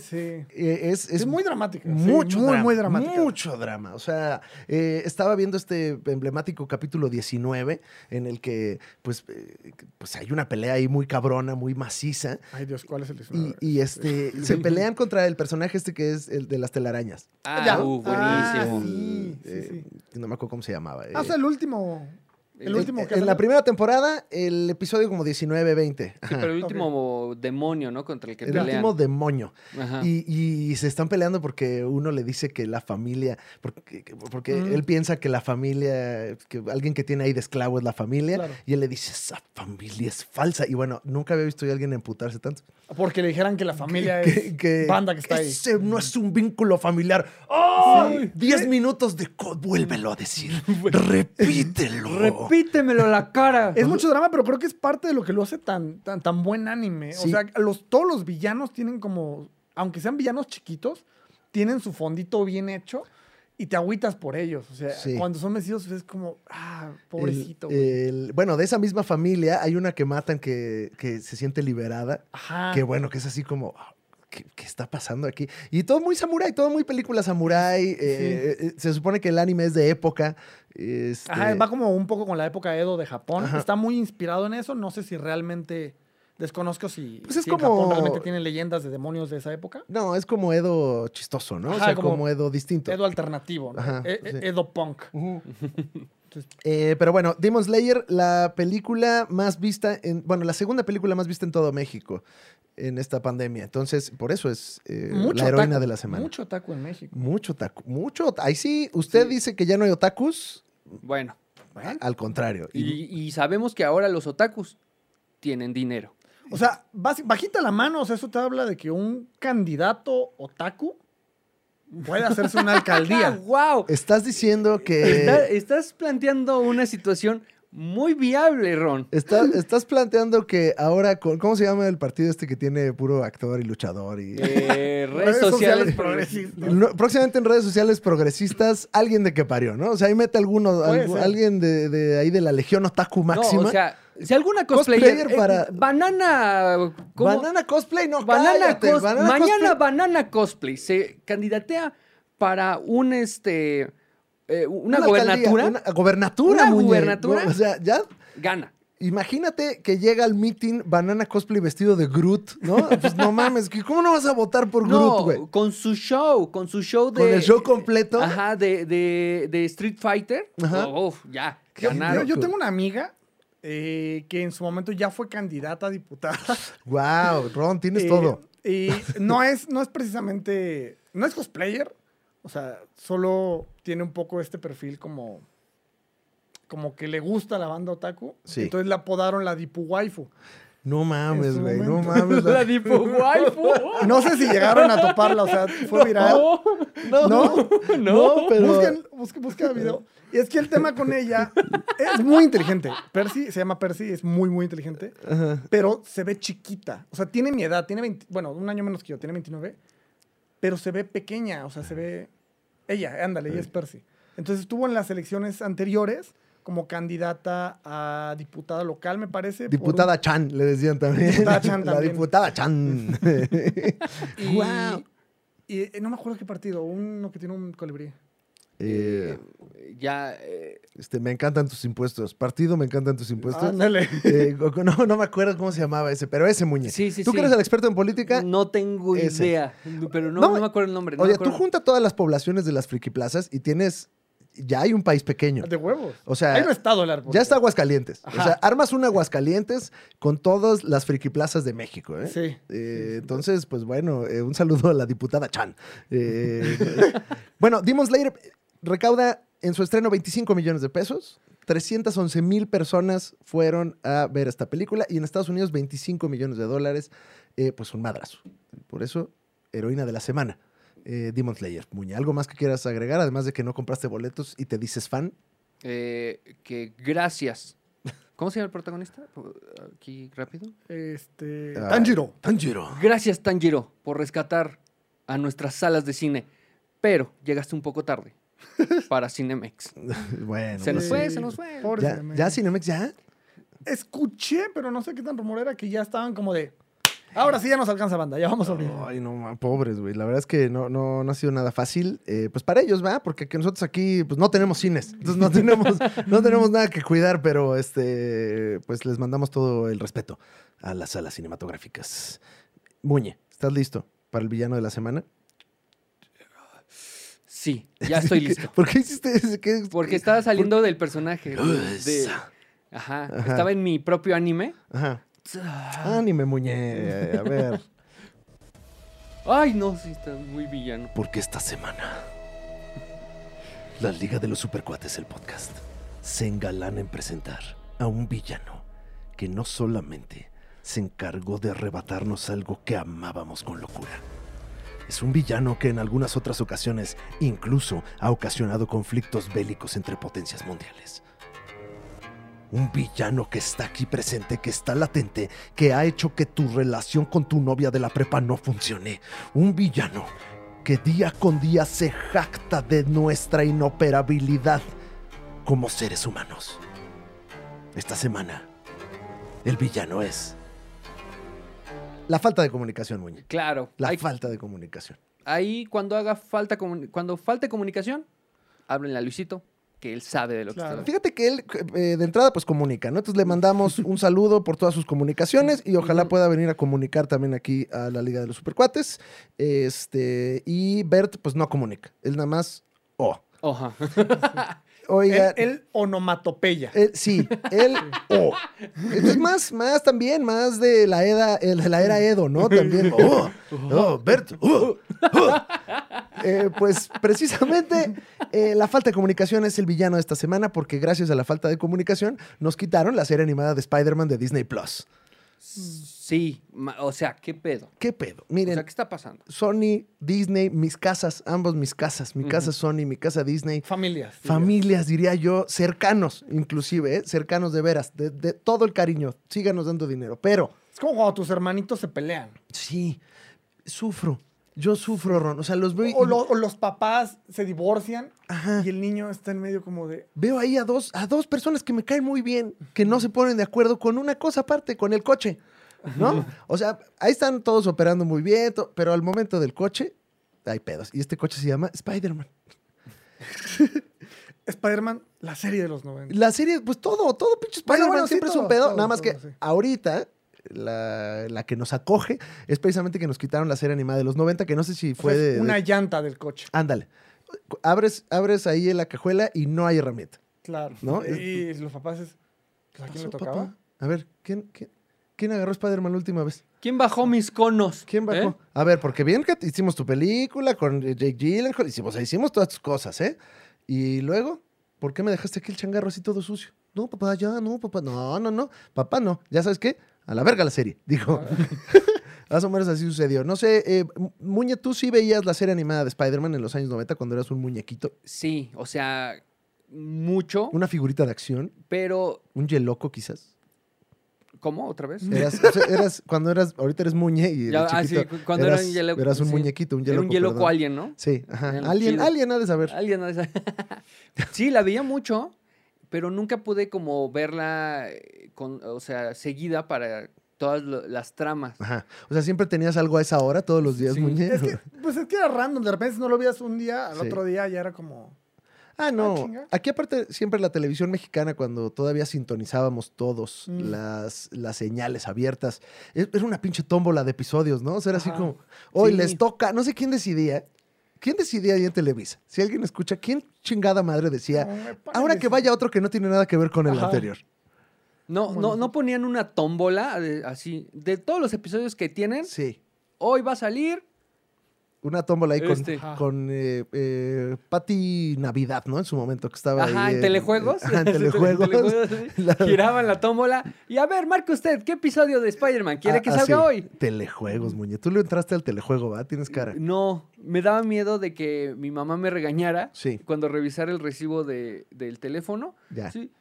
Speaker 3: Sí.
Speaker 1: eh, es,
Speaker 3: Es,
Speaker 1: es
Speaker 3: muy dramática. sí,
Speaker 1: Mucho
Speaker 3: muy,
Speaker 1: drama,
Speaker 3: muy dramática.
Speaker 1: Mucho drama. O sea, eh, estaba viendo este emblemático capítulo 19 en el que pues, eh, pues hay una pelea ahí muy cabrona, muy maciza.
Speaker 3: Ay, Dios, ¿cuál es el
Speaker 1: Y,
Speaker 3: 19?
Speaker 1: y, este, se pelean contra el personaje este que es el de las telarañas.
Speaker 2: Ah,
Speaker 3: Ya.
Speaker 2: uh, buenísimo.
Speaker 3: Ah, sí, sí,
Speaker 1: Eh,
Speaker 3: sí.
Speaker 1: No me acuerdo cómo se llamaba. eh.
Speaker 3: Ah, o sea, el último. El último que
Speaker 1: en
Speaker 3: hace-
Speaker 1: la primera temporada, el episodio como 19-20.
Speaker 2: Sí,
Speaker 1: Ajá.
Speaker 2: pero el último demonio, ¿no? Contra el que
Speaker 1: El
Speaker 2: pelean.
Speaker 1: último demonio.
Speaker 3: Ah.
Speaker 2: Ajá.
Speaker 1: Y, y se están peleando porque uno le dice que la familia, porque, porque
Speaker 3: Mm.
Speaker 1: él piensa que la familia, que alguien que tiene ahí de esclavo es la familia,
Speaker 3: Claro.
Speaker 1: y él le dice, esa familia es falsa. Y bueno, nunca había visto yo a alguien emputarse tanto.
Speaker 3: Porque le dijeran que la familia es banda que está ahí.
Speaker 1: ese no es un vínculo familiar. ¡Oh!
Speaker 3: Sí.
Speaker 1: Diez minutos de... co- Vuélvelo a decir. Repítelo.
Speaker 2: Repítemelo a la cara.
Speaker 3: Es mucho drama, pero creo que es parte de lo que lo hace tan, tan, tan buen anime.
Speaker 1: Sí.
Speaker 3: O sea, los, todos los villanos tienen como, aunque sean villanos chiquitos, tienen su fondito bien hecho y te agüitas por ellos. O sea,
Speaker 1: Sí.
Speaker 3: cuando son vencidos es como, ah,
Speaker 1: El- eh,
Speaker 3: pobrecito. güey.
Speaker 1: el- bueno, de esa misma familia hay una que matan que, que se siente liberada.
Speaker 3: Ajá.
Speaker 1: Qué bueno, que es así como. ah, ¿Qué, qué está pasando aquí? Y todo muy samurái, todo muy película samurái. eh, eh, se supone que el anime es de época. este,
Speaker 3: Ajá, va como un poco con la época Edo de Japón.
Speaker 1: Ajá.
Speaker 3: Está muy inspirado en eso. No sé si realmente desconozco si,
Speaker 1: Pues es
Speaker 3: si en
Speaker 1: como-
Speaker 3: Japón realmente tienen leyendas de demonios de esa época.
Speaker 1: No, es como Edo chistoso, ¿no? o
Speaker 3: Ajá,
Speaker 1: sea, como,
Speaker 3: como
Speaker 1: Edo distinto.
Speaker 3: Edo alternativo, ¿no?
Speaker 1: Ajá, pues
Speaker 3: E- e-
Speaker 1: sí.
Speaker 3: Edo punk.
Speaker 1: Ujú.
Speaker 3: Entonces-
Speaker 1: Eh, pero bueno, Demon Slayer, la película más vista en. Bueno, la segunda película más vista en todo México en esta pandemia. Entonces, por eso es eh,
Speaker 3: Mucho
Speaker 1: la heroína
Speaker 3: otaku,
Speaker 1: de la semana. Mucho,
Speaker 3: Mucho otaku en México.
Speaker 1: otaku. Mucho. ot- Ahí sí, usted
Speaker 2: Sí.
Speaker 1: dice que ya no hay otakus.
Speaker 2: Bueno,
Speaker 1: Al contrario. Y-
Speaker 2: y, y sabemos que ahora los otakus tienen dinero.
Speaker 3: O sea, basi- bajita la mano, o sea, eso te habla de que un candidato otaku puede hacerse una alcaldía.
Speaker 2: wow!
Speaker 1: Estás diciendo
Speaker 2: Eh,
Speaker 1: que.
Speaker 2: Ah, estás planteando una situación muy viable, Ron.
Speaker 1: Está- estás planteando que ahora, con, ¿cómo se llama el partido este que tiene puro actor y luchador? Y,
Speaker 2: Eh, redes sociales progresistas.
Speaker 1: No, próximamente en redes sociales progresistas, alguien de que parió, ¿no? O sea, ahí mete alguno,
Speaker 3: Puede
Speaker 1: algu-
Speaker 3: ser.
Speaker 1: alguien de, de ahí de la Legión Otaku Máxima.
Speaker 2: No, o sea, si alguna cosplayer.
Speaker 1: Cosplayer
Speaker 2: eh,
Speaker 1: para-
Speaker 2: banana. ¿cómo?
Speaker 1: Banana cosplay, no,
Speaker 2: Banana
Speaker 1: cállate,
Speaker 2: cos-
Speaker 1: banana
Speaker 2: Mañana
Speaker 1: cosplay.
Speaker 2: Banana Cosplay se candidatea para un este. eh, una,
Speaker 1: alcaldía,
Speaker 2: gobernatura.
Speaker 1: Una gobernatura,
Speaker 2: Una
Speaker 1: muñe.
Speaker 2: gubernatura.
Speaker 1: O sea, ya
Speaker 2: Gana.
Speaker 1: Imagínate que llega al meeting Banana Cosplay vestido de Groot, ¿no? Pues no mames, que ¿cómo no vas a votar por Groot, güey?
Speaker 2: No, con su show, con su show de.
Speaker 1: Con el show completo.
Speaker 2: Ajá, de, de, de Street Fighter.
Speaker 1: Ajá.
Speaker 2: Oh, uf, ya.
Speaker 1: Qué
Speaker 3: Yo,
Speaker 2: Ganado.
Speaker 3: yo tengo una amiga eh, que en su momento ya fue candidata a diputada.
Speaker 1: Wow, Ron, tienes
Speaker 3: Eh,
Speaker 1: todo.
Speaker 3: Y no es, no es precisamente, no es cosplayer, o sea, solo tiene un poco este perfil como, como que le gusta la banda otaku.
Speaker 1: Sí.
Speaker 3: Entonces le apodaron la Dipu Waifu.
Speaker 1: No mames,
Speaker 3: su
Speaker 1: güey, no
Speaker 3: momento.
Speaker 1: mames.
Speaker 2: La Dipo Waifu.
Speaker 3: No sé si llegaron a toparla, o sea, fue viral.
Speaker 1: no,
Speaker 2: No,
Speaker 3: ¿No?
Speaker 2: no.
Speaker 1: pero
Speaker 3: Busquen, busquen, busquen el video. Y es que el tema con ella es muy inteligente. Percy, se llama Percy, es muy, muy inteligente. Pero se ve chiquita. O sea, tiene mi edad, tiene 20, bueno, un año menos que yo, tiene 29. Pero se ve pequeña, o sea, se ve... Ella, ándale, ella es Percy. Entonces estuvo en las elecciones anteriores como candidata a diputada local, me parece. por un-
Speaker 1: diputada Chan, le decían también.
Speaker 3: Diputada Chan
Speaker 1: la
Speaker 3: también.
Speaker 1: diputada Chan.
Speaker 3: Y,
Speaker 2: Guau.
Speaker 3: y, eh, no me acuerdo qué partido, uno que tiene un colibrí.
Speaker 1: Eh,
Speaker 2: Ya. eh,
Speaker 1: este, me encantan tus impuestos. Partido, me encantan tus impuestos.
Speaker 3: Ah, Ándale.
Speaker 1: Eh, go- go- no, no me acuerdo cómo se llamaba ese, pero ese muñe.
Speaker 2: Sí, sí,
Speaker 1: Tú que
Speaker 2: sí.
Speaker 1: eres el experto en política.
Speaker 2: no tengo
Speaker 1: Ese.
Speaker 2: idea. Pero no,
Speaker 1: No,
Speaker 2: no me acuerdo el nombre. no me
Speaker 1: Oye, tú
Speaker 2: acuerdo.
Speaker 1: junta todas las poblaciones de las friki plazas y tienes. Ya hay un país pequeño.
Speaker 3: De huevos.
Speaker 1: O sea,
Speaker 3: Ahí no ha estado el árbol.
Speaker 1: Ya está Aguascalientes. O
Speaker 3: Ajá.
Speaker 1: sea, armas un Aguascalientes con todas las frikiplazas de México. ¿eh?
Speaker 3: Sí.
Speaker 1: Eh, entonces, pues bueno, eh, un saludo a la diputada Chan. Eh, eh, bueno, Demon Slayer recauda en su estreno 25 millones de pesos. 311 mil personas fueron a ver esta película y en Estados Unidos 25 millones de dólares, eh, pues un madrazo. Por eso, heroína de la semana, eh, Demon Slayer. Muña, ¿algo más que quieras agregar? Además de que no compraste boletos y te dices fan.
Speaker 2: Eh, que gracias. ¿Cómo se llama el protagonista? Aquí rápido.
Speaker 3: Este.
Speaker 1: Ah.
Speaker 3: Tanjiro.
Speaker 1: Tanjiro.
Speaker 2: Gracias, Tanjiro, por rescatar a nuestras salas de cine. Pero llegaste un poco tarde para Cinemex.
Speaker 1: Bueno,
Speaker 2: Se nos
Speaker 1: pues,
Speaker 2: fue,
Speaker 1: sí.
Speaker 2: se nos fue.
Speaker 3: Pobre
Speaker 1: Ya,
Speaker 3: Cinemex.
Speaker 1: ya Cinemex, ya.
Speaker 3: Escuché, pero no sé qué tan rumor era que ya estaban como de. Ahora sí ya nos alcanza banda, ya vamos a abrir.
Speaker 1: Ay, no, ma- pobres, güey. La verdad es que no, no, no ha sido nada fácil. eh, pues para ellos, ¿va? Porque que nosotros aquí pues no tenemos cines. Entonces no tenemos, no tenemos nada que cuidar, pero este, pues les mandamos todo el respeto a las salas cinematográficas. Muñe, ¿estás listo para el villano de la semana?
Speaker 2: Sí, ya estoy listo.
Speaker 1: ¿Por qué hiciste ese? ¿Qué-
Speaker 2: Porque estaba saliendo del personaje. güey, de- Ajá,
Speaker 1: Ajá.
Speaker 2: Estaba en mi propio anime.
Speaker 1: Ajá.
Speaker 2: Ah.
Speaker 1: Anime, muñe. A ver.
Speaker 2: Ay, no, sí, está muy villano.
Speaker 1: Porque esta semana la Liga de los Supercuates, el podcast, se engalana en presentar a un villano que no solamente se encargó de arrebatarnos algo que amábamos con locura. Es un villano que en algunas otras ocasiones incluso ha ocasionado conflictos bélicos entre potencias mundiales. Un villano que está aquí presente, que está latente, que ha hecho que tu relación con tu novia de la prepa no funcione. Un villano que día con día se jacta de nuestra inoperabilidad como seres humanos. Esta semana, el villano es... La falta de comunicación, Muñe.
Speaker 2: Claro.
Speaker 1: La
Speaker 2: hay-
Speaker 1: falta de comunicación.
Speaker 2: ahí cuando haga falta comuni- cuando falte comunicación, háblenle a Luisito, que él sabe de lo
Speaker 3: Claro.
Speaker 2: que está
Speaker 1: Fíjate que él eh, de entrada pues comunica, ¿no? Entonces le mandamos un saludo por todas sus comunicaciones y ojalá pueda venir a comunicar también aquí a la Liga de los Supercuates. Este, y Bert pues no comunica, él nada más... Oh.
Speaker 2: Ajá.
Speaker 1: Oiga,
Speaker 3: El, el onomatopeya.
Speaker 1: Eh, sí, el O. Entonces, más, más también, más de la era, el- de la era Edo, ¿no? También. Oh, oh, Bert, oh, oh. Eh, pues precisamente eh, la falta de comunicación es el villano de esta semana porque gracias a la falta de comunicación nos quitaron la serie animada de Spider-Man de Disney Plus.
Speaker 2: Sí, ma- o sea, ¿qué pedo?
Speaker 1: ¿Qué pedo?
Speaker 2: O
Speaker 1: Miren,
Speaker 2: sea, ¿qué está pasando?
Speaker 1: Sony, Disney, mis casas, ambos mis casas, mi casa Sony, mi casa Disney.
Speaker 3: Familias.
Speaker 1: Familias, diría yo, cercanos, inclusive, ¿eh? cercanos de veras, de, de todo el cariño. Síganos dando dinero. Pero,
Speaker 3: Es como cuando tus hermanitos se pelean.
Speaker 1: sí, sufro. Yo sufro, Ron. O sea, los veo. y-
Speaker 3: O, lo- o los papás se divorcian
Speaker 1: Ajá.
Speaker 3: y el niño está en medio como de...
Speaker 1: Veo ahí a dos, a dos personas que me caen muy bien, que no se ponen de acuerdo con una cosa aparte, con el coche. ¿No? O sea, ahí están todos operando muy bien, to- pero al momento del coche hay pedos. Y este coche se llama Spider-Man.
Speaker 3: Spider-Man, la serie de los 90.
Speaker 1: La serie, pues todo, todo pinche
Speaker 3: Bueno,
Speaker 1: Spider-Man
Speaker 3: bueno, sí,
Speaker 1: siempre es un
Speaker 3: todo,
Speaker 1: pedo.
Speaker 3: todo,
Speaker 1: Nada más
Speaker 3: todo,
Speaker 1: que
Speaker 3: sí.
Speaker 1: ahorita la, la que nos acoge es precisamente que nos quitaron la serie animada de los 90, que no sé si
Speaker 3: O sea,
Speaker 1: fue
Speaker 3: es
Speaker 1: de, de-
Speaker 3: una llanta del coche.
Speaker 1: Ándale. Abres, abres ahí la cajuela y no hay herramienta.
Speaker 3: Claro.
Speaker 1: ¿No?
Speaker 3: Y los papás es... pues, ¿A quién le
Speaker 1: Pasó,
Speaker 3: tocaba?
Speaker 1: papá. A ver, ¿quién, quién, quién agarró Spider-Man la última vez?
Speaker 2: ¿Quién bajó mis conos?
Speaker 1: ¿Quién bajó?
Speaker 2: ¿Eh?
Speaker 1: A ver, porque bien que hicimos tu película con eh, Jake Gyllenhaal, hicimos, hicimos todas tus cosas, ¿eh? Y luego, ¿por qué me dejaste aquí el changarro así todo sucio? No, papá, ya, no, papá, no, no, no, papá, no. ¿Ya sabes qué? A la verga la serie, dijo. Más o menos así sucedió. No sé, eh, Mu- Muñe, tú sí veías la serie animada de Spider-Man en los años 90 cuando eras un muñequito,
Speaker 2: Sí, o sea, mucho,
Speaker 1: una figurita de acción,
Speaker 2: pero
Speaker 1: un yeloco quizás.
Speaker 2: ¿cómo otra vez?
Speaker 1: Eras, o sea, eras- cuando eras, ahorita eres Muñe y de
Speaker 2: Ya, ah,
Speaker 1: chiquito
Speaker 2: cu- cuando era
Speaker 1: eras-
Speaker 2: un yeloco,
Speaker 1: eras un
Speaker 2: sí.
Speaker 1: muñequito, un
Speaker 2: Era
Speaker 1: yeloco.
Speaker 2: un hielo
Speaker 1: perdón.
Speaker 2: alien, ¿no?
Speaker 1: Sí, ajá.
Speaker 2: Era lo
Speaker 1: Alien,
Speaker 2: chido.
Speaker 1: alien ha de saber.
Speaker 3: Ah.
Speaker 2: Alguien ha de sa- sí, la veía mucho, pero nunca pude como verla eh, con, o sea, seguida para todas lo- las tramas.
Speaker 1: Ajá. O sea, siempre tenías algo a esa hora todos los días,
Speaker 2: Sí.
Speaker 1: muñe.
Speaker 3: Es que, pues es que era random. De repente si no lo veías un día, al
Speaker 1: Sí.
Speaker 3: otro día ya era como...
Speaker 1: Ah, no.
Speaker 3: chinga.
Speaker 1: Aquí aparte siempre la televisión mexicana cuando todavía sintonizábamos todos
Speaker 3: Mm.
Speaker 1: las, las señales abiertas, e- era una pinche tómbola de episodios, ¿no? O sea, era así
Speaker 3: Ajá.
Speaker 1: como, hoy
Speaker 2: Sí.
Speaker 1: les toca, no sé quién decidía. ¿Quién decidía ahí en Televisa? Si alguien escucha, ¿quién chingada madre decía?
Speaker 3: "No me ponen
Speaker 1: Ahora
Speaker 3: de-
Speaker 1: que vaya otro que no tiene nada que ver con el
Speaker 3: Ah, pues, Ajá.
Speaker 1: anterior.
Speaker 2: No,
Speaker 3: Bueno,
Speaker 2: no,
Speaker 3: sí.
Speaker 2: no ponían una tómbola de- así. De todos los episodios que tienen,
Speaker 1: Sí.
Speaker 2: hoy va a salir.
Speaker 1: Una tómbola ahí con,
Speaker 2: Este.
Speaker 1: con eh, eh, Patty Navidad, ¿no? En su momento que estaba
Speaker 2: Ajá,
Speaker 1: ahí
Speaker 2: en telejuegos.
Speaker 1: Ajá, en
Speaker 2: Sí, tele-
Speaker 1: telejuegos.
Speaker 2: telejuegos,
Speaker 1: La-
Speaker 2: sí. Giraban la tómbola. Y a ver, marca usted, ¿qué episodio de Spider-Man quiere
Speaker 1: Ah,
Speaker 2: que
Speaker 1: ah,
Speaker 2: salga
Speaker 1: sí.
Speaker 2: hoy?
Speaker 1: Telejuegos, muñe. Tú le entraste al telejuego, ¿va? Tienes cara.
Speaker 2: No, me daba miedo de que mi mamá me regañara
Speaker 1: Sí.
Speaker 2: cuando revisara el recibo de- del teléfono.
Speaker 1: Ya.
Speaker 2: Sí.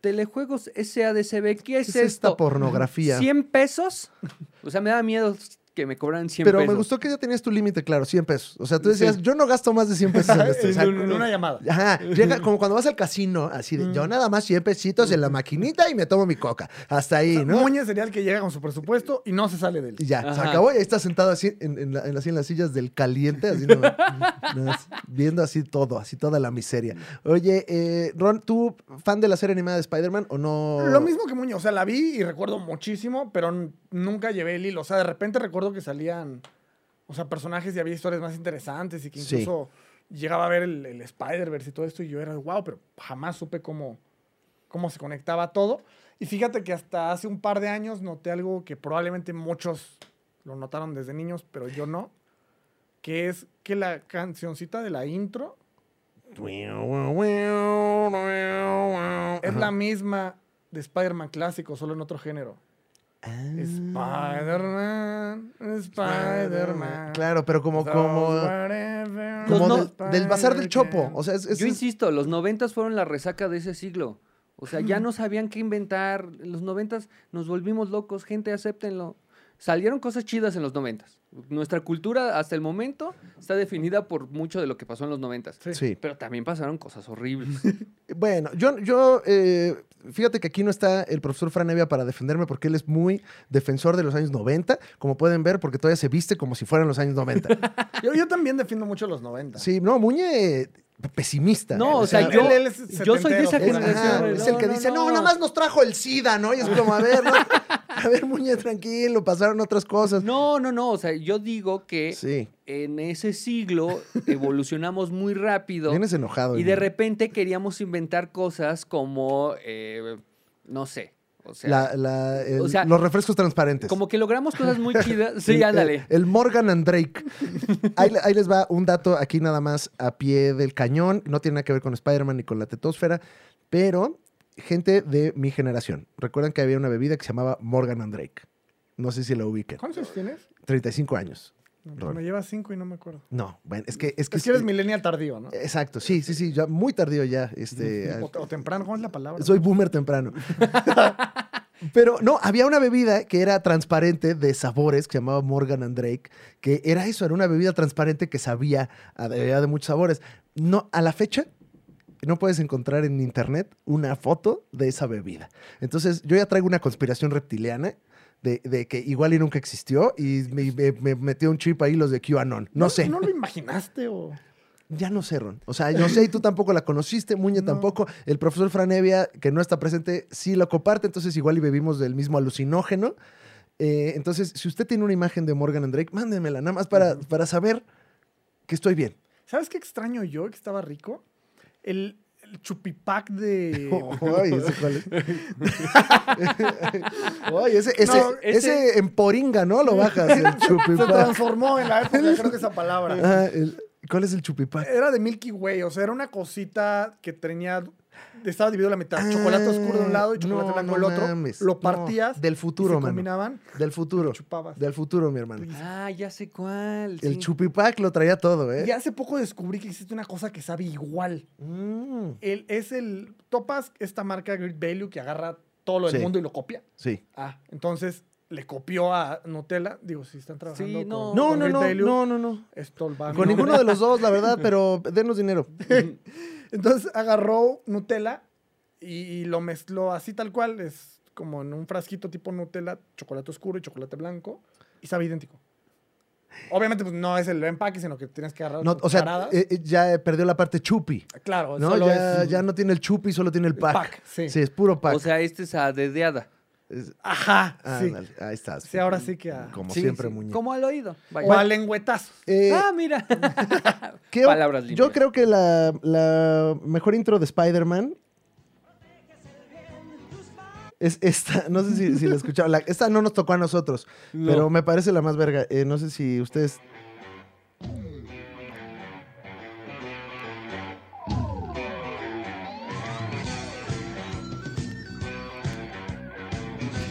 Speaker 2: Telejuegos SADCB, ¿qué es,
Speaker 1: es
Speaker 2: esto?
Speaker 1: esta pornografía?
Speaker 2: ¿100 pesos? O sea, me daba miedo que me cobraran 100
Speaker 1: Pero
Speaker 2: pesos.
Speaker 1: me gustó que ya tenías tu límite, claro, 100 pesos. O sea, tú decías,
Speaker 2: Sí.
Speaker 1: yo no gasto más de 100 pesos en esto. O sea,
Speaker 3: en, en una llamada.
Speaker 1: Ajá, llega como cuando vas al casino, así de,
Speaker 3: Mm.
Speaker 1: yo nada más 100 pesitos en la maquinita y me tomo mi coca. Hasta ahí, ¿no?
Speaker 3: Muñe sería el que llega con su presupuesto y no se sale de él.
Speaker 1: Y ya, se
Speaker 2: Ajá.
Speaker 1: acabó y ahí estás sentado así en, en la- en las, en las sillas del caliente, así nomás, nomás, viendo así todo, así toda la miseria. Oye, eh, Ron, ¿tú fan de la serie animada de Spider-Man o no?
Speaker 3: Lo mismo que Muñe, o sea, la vi y recuerdo muchísimo, pero n- nunca llevé el hilo. O sea, de repente recuerdo que salían O sea, personajes y había historias más interesantes y que
Speaker 1: Sí.
Speaker 3: incluso llegaba a ver el, el Spider-Verse y todo esto y yo era wow, pero jamás supe cómo, cómo se conectaba todo. Y fíjate que hasta hace un par de años noté algo que probablemente muchos lo notaron desde niños, pero yo no, que es que la cancioncita de la intro es la misma de Spider-Man clásico, solo en otro género.
Speaker 1: Ah.
Speaker 3: Spider-Man, Spider-Man.
Speaker 1: Claro, pero como,
Speaker 3: So
Speaker 1: como,
Speaker 3: whatever,
Speaker 1: como
Speaker 2: Los
Speaker 1: del, del bazar del chopo.
Speaker 3: Spider-Man.
Speaker 1: O sea, es, es-
Speaker 2: Yo
Speaker 1: es-
Speaker 2: insisto, los noventas fueron la resaca de ese siglo. O sea, ya no sabían qué inventar. En los noventas nos volvimos locos, gente, acéptenlo. Salieron cosas chidas en los noventas. Nuestra cultura hasta el momento está definida por mucho de lo que pasó en los noventas.
Speaker 3: Sí.
Speaker 1: sí.
Speaker 2: Pero también pasaron cosas horribles.
Speaker 1: Bueno, yo, yo eh, fíjate que aquí no está el profesor Fran Evia para defenderme porque él es muy defensor de los años 90, como pueden ver, porque todavía se viste como si fueran los años 90.
Speaker 3: Yo, yo también defiendo mucho los 90.
Speaker 1: Sí, no, Muñe, eh, pesimista.
Speaker 2: No, o sea,
Speaker 3: él-
Speaker 2: yo,
Speaker 3: él es
Speaker 2: yo soy de
Speaker 3: setentero,
Speaker 2: esa
Speaker 3: pues.
Speaker 1: Es, ajá,
Speaker 2: generación. güey.
Speaker 1: es
Speaker 2: No,
Speaker 1: el que
Speaker 2: no,
Speaker 1: dice, no,
Speaker 2: no.
Speaker 1: nada más nos trajo el SIDA, ¿no? Y es como, a ver, no, a ver, Muñe, tranquilo, pasaron otras cosas.
Speaker 2: No, no, no. O sea, yo digo que
Speaker 1: Sí,
Speaker 2: en ese siglo evolucionamos muy rápido.
Speaker 1: vienes enojado.
Speaker 2: Y de
Speaker 1: Muñe.
Speaker 2: repente queríamos inventar cosas como, eh, no sé, o sea,
Speaker 1: La- la- el-
Speaker 2: o sea,
Speaker 1: los refrescos transparentes.
Speaker 2: como que logramos cosas muy chidas.
Speaker 1: El-
Speaker 2: Sí,
Speaker 1: El,
Speaker 2: ándale.
Speaker 1: el Morgan and Drake. Ahí, le- ahí les va un dato aquí nada más a pie del cañón. No tiene nada que ver con Spider-Man ni con la tetósfera, pero gente de mi generación. Recuerdan que había una bebida que se llamaba Morgan and Drake. No sé si la ubiquen.
Speaker 3: ¿Cuántos años tienes?
Speaker 1: 35 años.
Speaker 3: No,
Speaker 1: Rol.
Speaker 3: Me llevas cinco y no me acuerdo.
Speaker 1: No, bueno, es que... Es que,
Speaker 3: Es que eres millennial tardío, ¿no?
Speaker 1: Exacto, sí, sí, sí, ya muy tardío ya. Este,
Speaker 3: o, o temprano, ¿cómo es la palabra?
Speaker 1: Soy boomer temprano. Pero no, había una bebida que era transparente de sabores que se llamaba Morgan and Drake, que era eso, era una bebida transparente que sabía a bebida de muchos sabores. No, a la fecha no puedes encontrar en internet una foto de esa bebida. Entonces, yo ya traigo una conspiración reptiliana de, de que igual y nunca existió y me, me- me metió un chip ahí los de QAnon. No sé.
Speaker 3: ¿No lo imaginaste o...?
Speaker 1: Ya no sé, Ron. O sea, yo sé, y tú tampoco la conociste, Muñe
Speaker 3: No.
Speaker 1: tampoco. El profesor Franevia, que no está presente, sí lo comparte, entonces igual y bebimos del mismo alucinógeno. Eh, entonces, si usted tiene una imagen de Morgan and Drake, mándenmela, nada más para, para saber que estoy bien.
Speaker 3: ¿Sabes qué extraño yo que estaba rico? El, el chupipac de...
Speaker 1: Ay, ese cuál es. Ay, ese, ese,
Speaker 3: No,
Speaker 2: ese-
Speaker 1: ese emporinga, ¿no? Lo bajas, el
Speaker 3: Se
Speaker 1: chupipac.
Speaker 3: transformó en la época, creo que esa palabra.
Speaker 1: Ajá, Ah, el- ¿Cuál es el chupipac?
Speaker 3: Era de Milky Way, o sea, era una cosita que tenía. Estaba dividido a la mitad. Chocolate oscuro de un lado y chocolate
Speaker 1: Ah, No,
Speaker 3: blanco
Speaker 1: no
Speaker 3: del otro.
Speaker 1: mames,
Speaker 3: Lo
Speaker 1: no,
Speaker 3: partías.
Speaker 1: del futuro,
Speaker 3: y se
Speaker 1: mano.
Speaker 3: combinaban.
Speaker 1: Del futuro.
Speaker 3: Chupabas.
Speaker 1: Del futuro, mi hermano.
Speaker 2: Ah, ya sé cuál.
Speaker 1: El
Speaker 2: sí.
Speaker 1: chupipac lo traía todo, ¿eh?
Speaker 3: Y hace poco descubrí que existe una cosa que sabe igual.
Speaker 1: Mm,
Speaker 3: El, es el. Topas esta marca Great Value que agarra todo lo del
Speaker 1: Sí.
Speaker 3: mundo y lo copia.
Speaker 1: sí.
Speaker 3: Ah, entonces le copió a Nutella. Digo, si están trabajando.
Speaker 2: Sí, no.
Speaker 3: con-
Speaker 1: No,
Speaker 3: con Ah,
Speaker 1: no,
Speaker 3: Great
Speaker 1: no,
Speaker 3: Value,
Speaker 1: no, no, no.
Speaker 3: Esto va a mi
Speaker 1: Con
Speaker 3: nombre.
Speaker 1: ninguno de los dos, la verdad, pero denos dinero.
Speaker 3: Entonces agarró Nutella y, y lo mezcló así tal cual. Es como en un frasquito tipo Nutella, chocolate oscuro y chocolate blanco. Y sabe idéntico. Obviamente, pues no es el empaque, sino que tienes que agarrar
Speaker 1: No,
Speaker 3: tus
Speaker 1: o sea,
Speaker 3: cucharadas.
Speaker 1: eh, eh, ya perdió la parte chupi,
Speaker 3: claro,
Speaker 1: ¿no?
Speaker 3: solo
Speaker 1: Ya,
Speaker 3: es-
Speaker 1: ya no tiene el chupi, solo tiene el pack.
Speaker 3: pack, sí.
Speaker 1: es puro pack.
Speaker 2: O sea, este es a dedeada.
Speaker 1: Es-
Speaker 3: Ajá,
Speaker 1: ah,
Speaker 3: sí.
Speaker 1: ándale, Ahí estás.
Speaker 3: Sí, ahora sí que a,
Speaker 1: Como
Speaker 2: Sí,
Speaker 1: siempre,
Speaker 2: sí,
Speaker 1: Muñe.
Speaker 2: Como al oído. Vaya.
Speaker 3: o a lengüetazos.
Speaker 1: Eh,
Speaker 2: ah, mira.
Speaker 1: ¿qué o-
Speaker 2: palabras limpias.
Speaker 1: Yo creo que la, la mejor intro de Spider-Man es esta. No sé si, si la escucharon. La- esta no nos tocó a nosotros, pero me parece la más verga. Eh, no sé si ustedes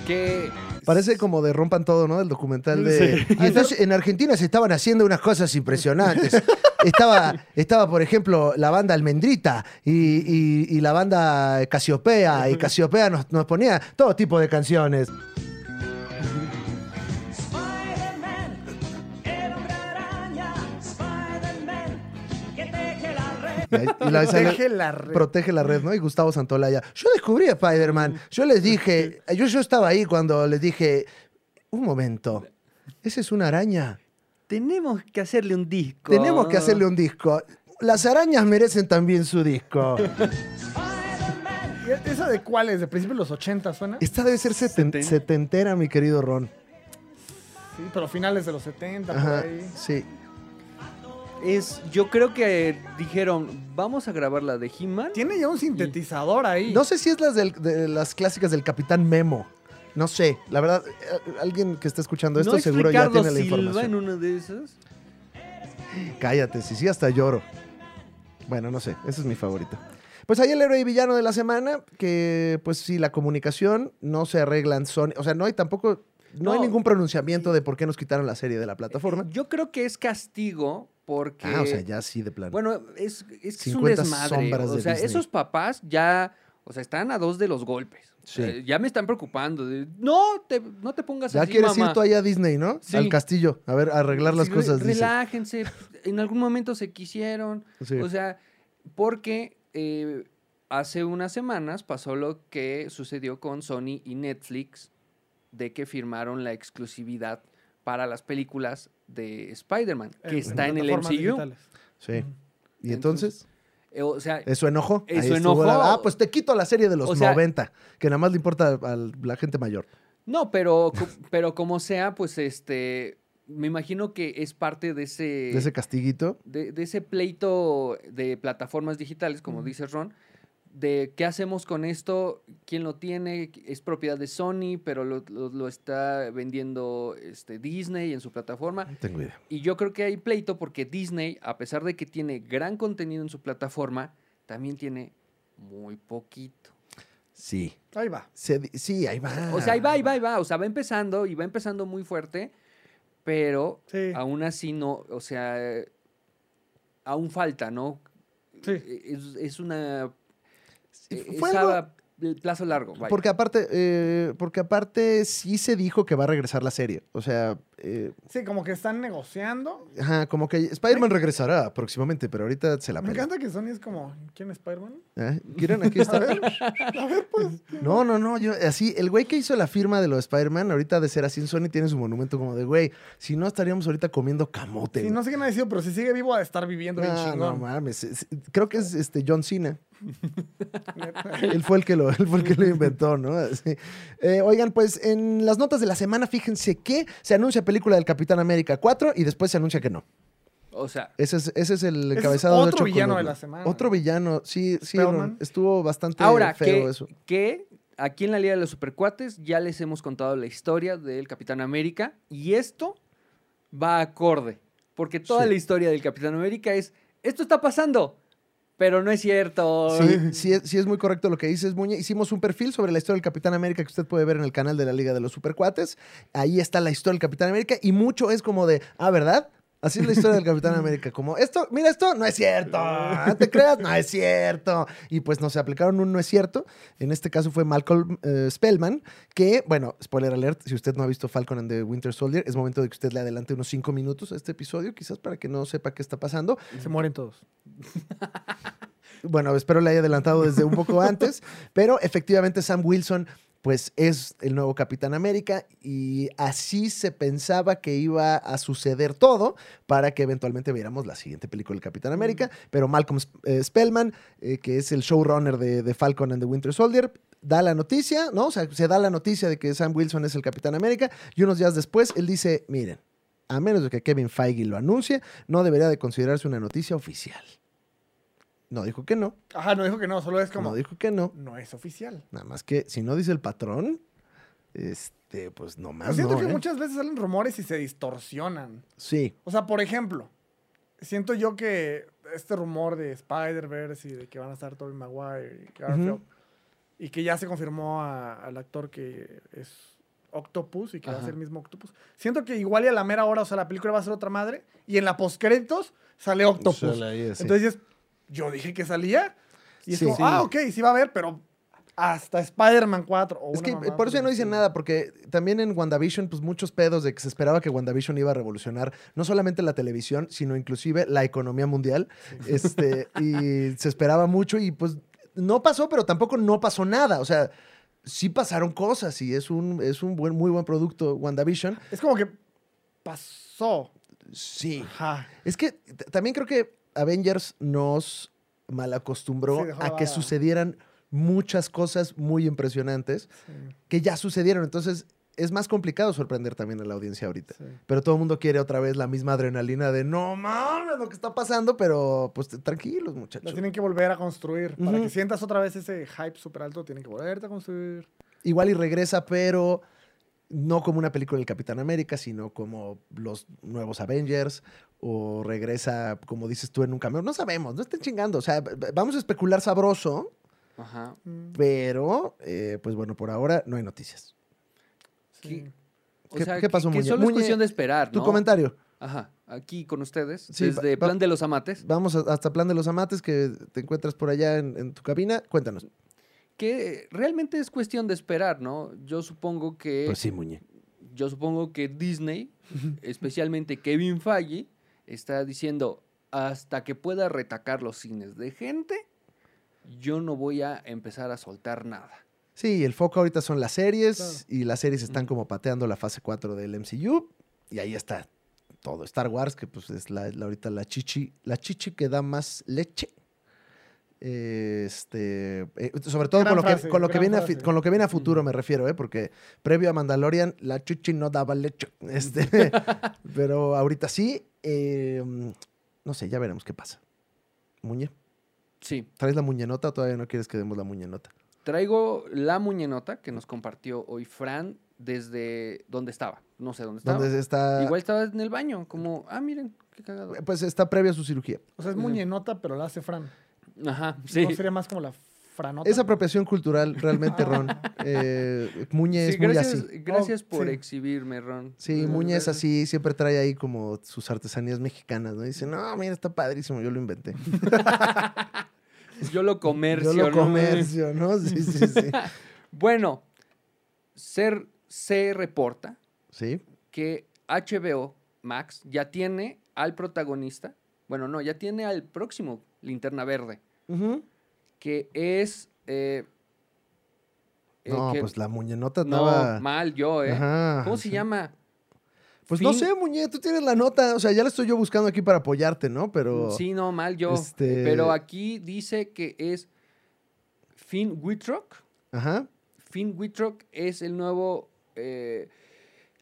Speaker 2: que
Speaker 1: Parece como de Rompan Todo, ¿no? Del documental de... Y entonces en Argentina se estaban haciendo unas cosas impresionantes. Estaba, estaba por ejemplo, la banda Almendrita y, y- y la banda Casiopea. Y Casiopea nos, nos ponía todo tipo de canciones.
Speaker 4: Spider-Man, el hombre araña, Spider-Man, que teje la red.
Speaker 1: Y ahí- y la-
Speaker 3: Deje la red.
Speaker 1: Protege la red, ¿no? Y Gustavo Santolaya. Yo descubrí a Spider-Man. Yo les dije... Yo, yo estaba ahí cuando les dije... Un momento. Esa es una araña.
Speaker 2: tenemos que hacerle un disco.
Speaker 1: Tenemos que hacerle un disco. Las arañas merecen también su disco.
Speaker 3: ¿Y ¿Esa de cuál es? ¿De principios de los 80 suena?
Speaker 1: Esta debe ser seten-
Speaker 2: Seten-
Speaker 1: setentera, mi querido Ron.
Speaker 3: Sí, pero finales de los 70, por
Speaker 1: Ajá,
Speaker 3: ahí.
Speaker 1: sí.
Speaker 2: Es, yo creo que dijeron, vamos a grabar la de He-Man.
Speaker 3: Tiene ya un sintetizador ahí.
Speaker 1: No sé si es las, del- de las clásicas del Capitán Memo. No sé. La verdad, eh, alguien que está escuchando esto
Speaker 2: ¿No es
Speaker 1: seguro
Speaker 2: Ricardo
Speaker 1: ya tiene la
Speaker 2: Silva en
Speaker 1: información.
Speaker 2: una de esas?
Speaker 1: Cállate, si sí, hasta lloro. Bueno, no sé. Ese es mi favorito. Pues ahí el héroe y villano de la semana, que pues sí, la comunicación no se arreglan Sony. O sea, no hay tampoco. No, hay
Speaker 2: No.
Speaker 1: ningún pronunciamiento de por qué nos quitaron la serie de la plataforma.
Speaker 2: Yo creo que es castigo porque...
Speaker 1: Ah, o sea, ya sí de plano.
Speaker 2: Eh, Bueno, es, es que es un
Speaker 1: 50
Speaker 2: desmadre.
Speaker 1: sombras
Speaker 2: O
Speaker 1: de
Speaker 2: sea,
Speaker 1: Disney.
Speaker 2: esos papás ya, o sea, están a dos de los golpes.
Speaker 1: Sí.
Speaker 2: Eh, ya me están preocupando. de, no, te, no te pongas
Speaker 1: ya
Speaker 2: así,
Speaker 1: quieres
Speaker 2: mamá".
Speaker 1: ir tú allá a Disney, ¿no?
Speaker 2: Sí.
Speaker 1: Al castillo, a ver, a arreglar las
Speaker 2: Sí, re-
Speaker 1: cosas. dice.
Speaker 2: Relájense. en algún momento se quisieron.
Speaker 1: Sí.
Speaker 2: O sea, porque eh, hace unas semanas pasó lo que sucedió con Sony y Netflix, de que firmaron la exclusividad para las películas de Spider-Man, que
Speaker 3: Eh,
Speaker 2: está en el
Speaker 3: plataformas
Speaker 2: MCU.
Speaker 3: digitales.
Speaker 1: Sí. ¿Y entonces?
Speaker 2: Eh, o sea,
Speaker 1: Eso enojó.
Speaker 2: Eso
Speaker 1: Ahí estuvo la-
Speaker 2: enojó.
Speaker 1: ah, pues te quito la serie de los
Speaker 2: O sea-
Speaker 1: 90, que nada más le importa a la gente mayor.
Speaker 2: no, pero, co- pero como sea, pues este, me imagino que es parte de ese...
Speaker 1: De ese castiguito.
Speaker 2: de, de ese pleito de plataformas digitales, como dice Ron, de qué hacemos con esto, quién lo tiene, es propiedad de Sony, pero lo, lo- lo está vendiendo este, Disney en su plataforma.
Speaker 1: No tengo idea.
Speaker 2: Y yo creo que hay pleito porque Disney, a pesar de que tiene gran contenido en su plataforma, también tiene muy poquito.
Speaker 1: Sí.
Speaker 3: Ahí va.
Speaker 1: Se di- sí, ahí va.
Speaker 2: O sea, ahí va, ahí va, ahí va. O sea, va empezando y va empezando muy fuerte, pero
Speaker 3: Sí.
Speaker 2: aún así no, o sea, aún falta, ¿no?
Speaker 3: Sí.
Speaker 2: E, Es, es una. e,
Speaker 1: Sí,
Speaker 3: eh,
Speaker 2: es
Speaker 1: fue algo-
Speaker 2: a plazo largo. vaya.
Speaker 1: Porque aparte, eh, porque aparte sí se dijo que va a regresar la serie. O sea, eh,
Speaker 3: Sí, como que están negociando.
Speaker 1: ajá, como que Spider-Man regresará próximamente, pero ahorita se la
Speaker 3: Me
Speaker 1: pela.
Speaker 3: encanta que Sony es como, ¿quién es Spider-Man?
Speaker 1: ¿Eh? ¿Quieren? Aquí está.
Speaker 3: A ver, pues.
Speaker 1: No, no, no, yo, así, el güey que hizo la firma de lo de Spider-Man, ahorita de ser así en Sony, tiene su monumento como de, güey, si no estaríamos ahorita comiendo camote.
Speaker 3: Sí,
Speaker 1: güey".
Speaker 3: no sé quién ha sido, pero si sigue vivo, va a estar viviendo bien
Speaker 1: Ah, No, no
Speaker 3: chingón.
Speaker 1: mames. es- es- Creo que es este John Cena.
Speaker 3: Neta.
Speaker 1: Él fue el que lo, él fue el que lo inventó, ¿no? Así. Eh, oigan, pues en las notas de la semana, fíjense que se anuncia película del Capitán América 4 y después se anuncia que no.
Speaker 2: O sea,
Speaker 1: Ese es, ese es el
Speaker 3: es
Speaker 1: encabezado de
Speaker 3: otro
Speaker 1: ocho
Speaker 3: villano
Speaker 1: columnas.
Speaker 3: de la semana.
Speaker 1: Otro villano, sí, sí,
Speaker 3: Spellman.
Speaker 1: Ron, estuvo bastante
Speaker 2: ahora
Speaker 1: feo
Speaker 2: que,
Speaker 1: eso.
Speaker 2: que aquí en la Liga de los Supercuates ya les hemos contado la historia del Capitán América y esto va acorde. Porque toda
Speaker 1: Sí.
Speaker 2: la historia del Capitán América es: esto está pasando, pero no es cierto.
Speaker 1: Sí, sí, es- sí es muy correcto lo que dices, Muñe. Hicimos un perfil sobre la historia del Capitán América que usted puede ver en el canal de la Liga de los Supercuates. Ahí está la historia del Capitán América y mucho es como de, ah, ¿verdad? Así es la historia del Capitán América. Como, esto, mira esto, no es cierto. No te creas, no es cierto. Y pues nos aplicaron un no es cierto. En este caso fue Malcolm eh, Spellman, que, bueno, spoiler alert, si usted no ha visto Falcon and the Winter Soldier, es momento de que usted le adelante unos cinco minutos a este episodio, quizás para que no sepa qué está pasando.
Speaker 3: Se mueren todos.
Speaker 1: Bueno, espero le haya adelantado desde un poco antes, pero efectivamente Sam Wilson pues es el nuevo Capitán América y así se pensaba que iba a suceder todo para que eventualmente viéramos la siguiente película del Capitán América, pero Malcolm Sp- eh, Spellman, eh, que es el showrunner de, de Falcon and the Winter Soldier, da la noticia, ¿no? O sea, se da la noticia de que Sam Wilson es el Capitán América y unos días después él dice, miren, a menos de que Kevin Feige lo anuncie, no debería de considerarse una noticia oficial. No dijo que no.
Speaker 3: Ajá, no dijo que no, solo es como,
Speaker 1: No dijo que no.
Speaker 3: no es oficial.
Speaker 1: Nada más que si no dice el patrón, este, pues
Speaker 3: Pero
Speaker 1: nomás
Speaker 3: siento
Speaker 1: no.
Speaker 3: que
Speaker 1: ¿eh?
Speaker 3: muchas veces salen rumores y se distorsionan.
Speaker 1: Sí.
Speaker 3: O sea, por ejemplo, siento yo que este rumor de Spider-Verse y de que van a estar Tobey Maguire y Garfield,
Speaker 1: Ujú.
Speaker 3: y que ya se confirmó a- al actor que es Octopus y que va a
Speaker 2: Ajá.
Speaker 3: ser el mismo Octopus. Siento que igual y a la mera hora, o sea, la película va a ser otra madre y en la postcréditos sale Octopus.
Speaker 1: Sale ahí, sí.
Speaker 3: Entonces, dices, yo dije que salía y es
Speaker 1: Sí.
Speaker 3: como,
Speaker 1: Sí.
Speaker 3: ah, ok, sí va a haber, pero hasta Spider-Man 4 o
Speaker 1: Es
Speaker 3: una
Speaker 1: que eh,
Speaker 3: mamada
Speaker 1: por eso ya no
Speaker 3: el
Speaker 1: dicen
Speaker 3: estilo.
Speaker 1: nada, porque también en WandaVision, pues muchos pedos de que se esperaba que WandaVision iba a revolucionar no solamente la televisión, sino inclusive la economía mundial. Este, y se esperaba mucho y pues no pasó, pero tampoco no pasó nada. O sea, sí pasaron cosas y es un, es un buen, muy buen producto WandaVision.
Speaker 3: Es como que pasó.
Speaker 1: Sí.
Speaker 3: Ajá.
Speaker 1: Es que t- también creo que Avengers nos malacostumbró
Speaker 3: Sí, dejó la
Speaker 1: a que
Speaker 3: vara.
Speaker 1: sucedieran muchas cosas muy impresionantes
Speaker 3: Sí.
Speaker 1: que ya sucedieron. Entonces, es más complicado sorprender también a la audiencia ahorita.
Speaker 3: Sí.
Speaker 1: Pero todo el mundo quiere otra vez la misma adrenalina de no mames lo que está pasando, pero pues t- tranquilos,
Speaker 3: La
Speaker 1: muchachos.
Speaker 3: tienen que volver a construir. Para
Speaker 1: Ujú.
Speaker 3: que sientas otra vez ese hype súper alto, tienen que volverte a construir.
Speaker 1: Igual y regresa, pero no como una película del Capitán América, sino como los nuevos Avengers. O regresa, como dices tú, en un camión. No sabemos, no estén chingando. O sea, b- b- vamos a especular sabroso,
Speaker 2: Ajá.
Speaker 3: Mm,
Speaker 1: pero eh, pues bueno, por ahora no hay noticias.
Speaker 2: ¿Qué-
Speaker 3: sí.
Speaker 1: ¿Qué- qué pasó,
Speaker 2: que, que
Speaker 1: Muñe?
Speaker 2: solo es
Speaker 1: Muñe,
Speaker 2: cuestión de esperar,
Speaker 1: Tu
Speaker 2: ¿no?
Speaker 1: comentario.
Speaker 2: Ajá, aquí con ustedes,
Speaker 1: Sí, va-
Speaker 2: desde
Speaker 1: va-
Speaker 2: Plan de los Amates,
Speaker 1: Vamos a- hasta Plan de los Amates, que te encuentras por allá en, en tu cabina. Cuéntanos.
Speaker 2: que realmente es cuestión de esperar, ¿no? Yo supongo que...
Speaker 1: Pues sí, Muñe.
Speaker 2: yo supongo que Disney, especialmente Kevin Feige, está diciendo, hasta que pueda retacar los cines de gente, yo no voy a empezar a soltar nada.
Speaker 1: Sí, el foco ahorita son las series y las series están
Speaker 2: Ujú.
Speaker 1: como pateando la fase 4 del MCU y ahí está todo. Star Wars, que pues es la, la- ahorita la chichi, la chichi que da más leche. Eh, Este, eh, sobre todo
Speaker 3: Gran
Speaker 1: con lo, que,
Speaker 3: frase,
Speaker 1: con, lo que
Speaker 3: gran
Speaker 1: viene a fi-
Speaker 3: frase.
Speaker 1: con lo que viene a futuro me refiero, ¿eh? porque previo a Mandalorian la chichi no daba leche. Este, pero ahorita sí, eh, no sé, ya veremos qué pasa. Muñe,
Speaker 2: Sí,
Speaker 1: ¿traes la muñenota o todavía no quieres que demos la muñenota?
Speaker 2: traigo la muñenota que nos compartió hoy Fran desde donde estaba. No sé dónde estaba.
Speaker 1: ¿Dónde está?
Speaker 2: Igual estaba en el baño, como, ah, miren, qué cagado.
Speaker 1: Pues está previo a su cirugía.
Speaker 3: O sea, es
Speaker 2: Sí.
Speaker 3: muñenota, pero la hace Fran.
Speaker 2: Ajá, sí.
Speaker 3: No sería más como la franota.
Speaker 1: Es apropiación cultural, realmente,
Speaker 3: Ah.
Speaker 1: Ron. Eh, Muñe
Speaker 2: Sí,
Speaker 1: es muy
Speaker 2: gracias, Eh,
Speaker 1: así.
Speaker 2: gracias
Speaker 3: Oh,
Speaker 2: por
Speaker 3: sí.
Speaker 2: exhibirme, Ron.
Speaker 1: Sí,
Speaker 2: Muchas
Speaker 1: Muñe es
Speaker 2: gracias.
Speaker 1: así, siempre trae ahí como sus artesanías mexicanas, ¿no? Y dice, no, mira, está padrísimo, yo lo inventé.
Speaker 2: Yo lo comercio.
Speaker 1: yo lo
Speaker 2: ¿no?
Speaker 1: comercio, ¿no? Sí, sí, sí.
Speaker 2: Bueno, ser, se reporta
Speaker 1: Sí,
Speaker 2: que HBO Max ya tiene al protagonista, bueno, no, ya tiene al próximo Linterna Verde,
Speaker 1: Ujú.
Speaker 2: que es... eh, eh,
Speaker 1: No,
Speaker 2: que-
Speaker 1: pues la muñenota
Speaker 2: no,
Speaker 1: estaba...
Speaker 2: mal yo, ¿eh?
Speaker 1: Ajá,
Speaker 2: ¿Cómo se
Speaker 1: sí.
Speaker 2: llama?
Speaker 1: Pues no
Speaker 2: Fin-
Speaker 1: sé, Muñe, tú tienes la nota. O sea, ya la estoy yo buscando aquí para apoyarte, ¿no? Pero...
Speaker 2: Sí, no, mal yo. eh,
Speaker 1: este-
Speaker 2: Pero aquí dice que es Finn Wittrock.
Speaker 1: Ajá.
Speaker 2: Finn Wittrock es el nuevo eh,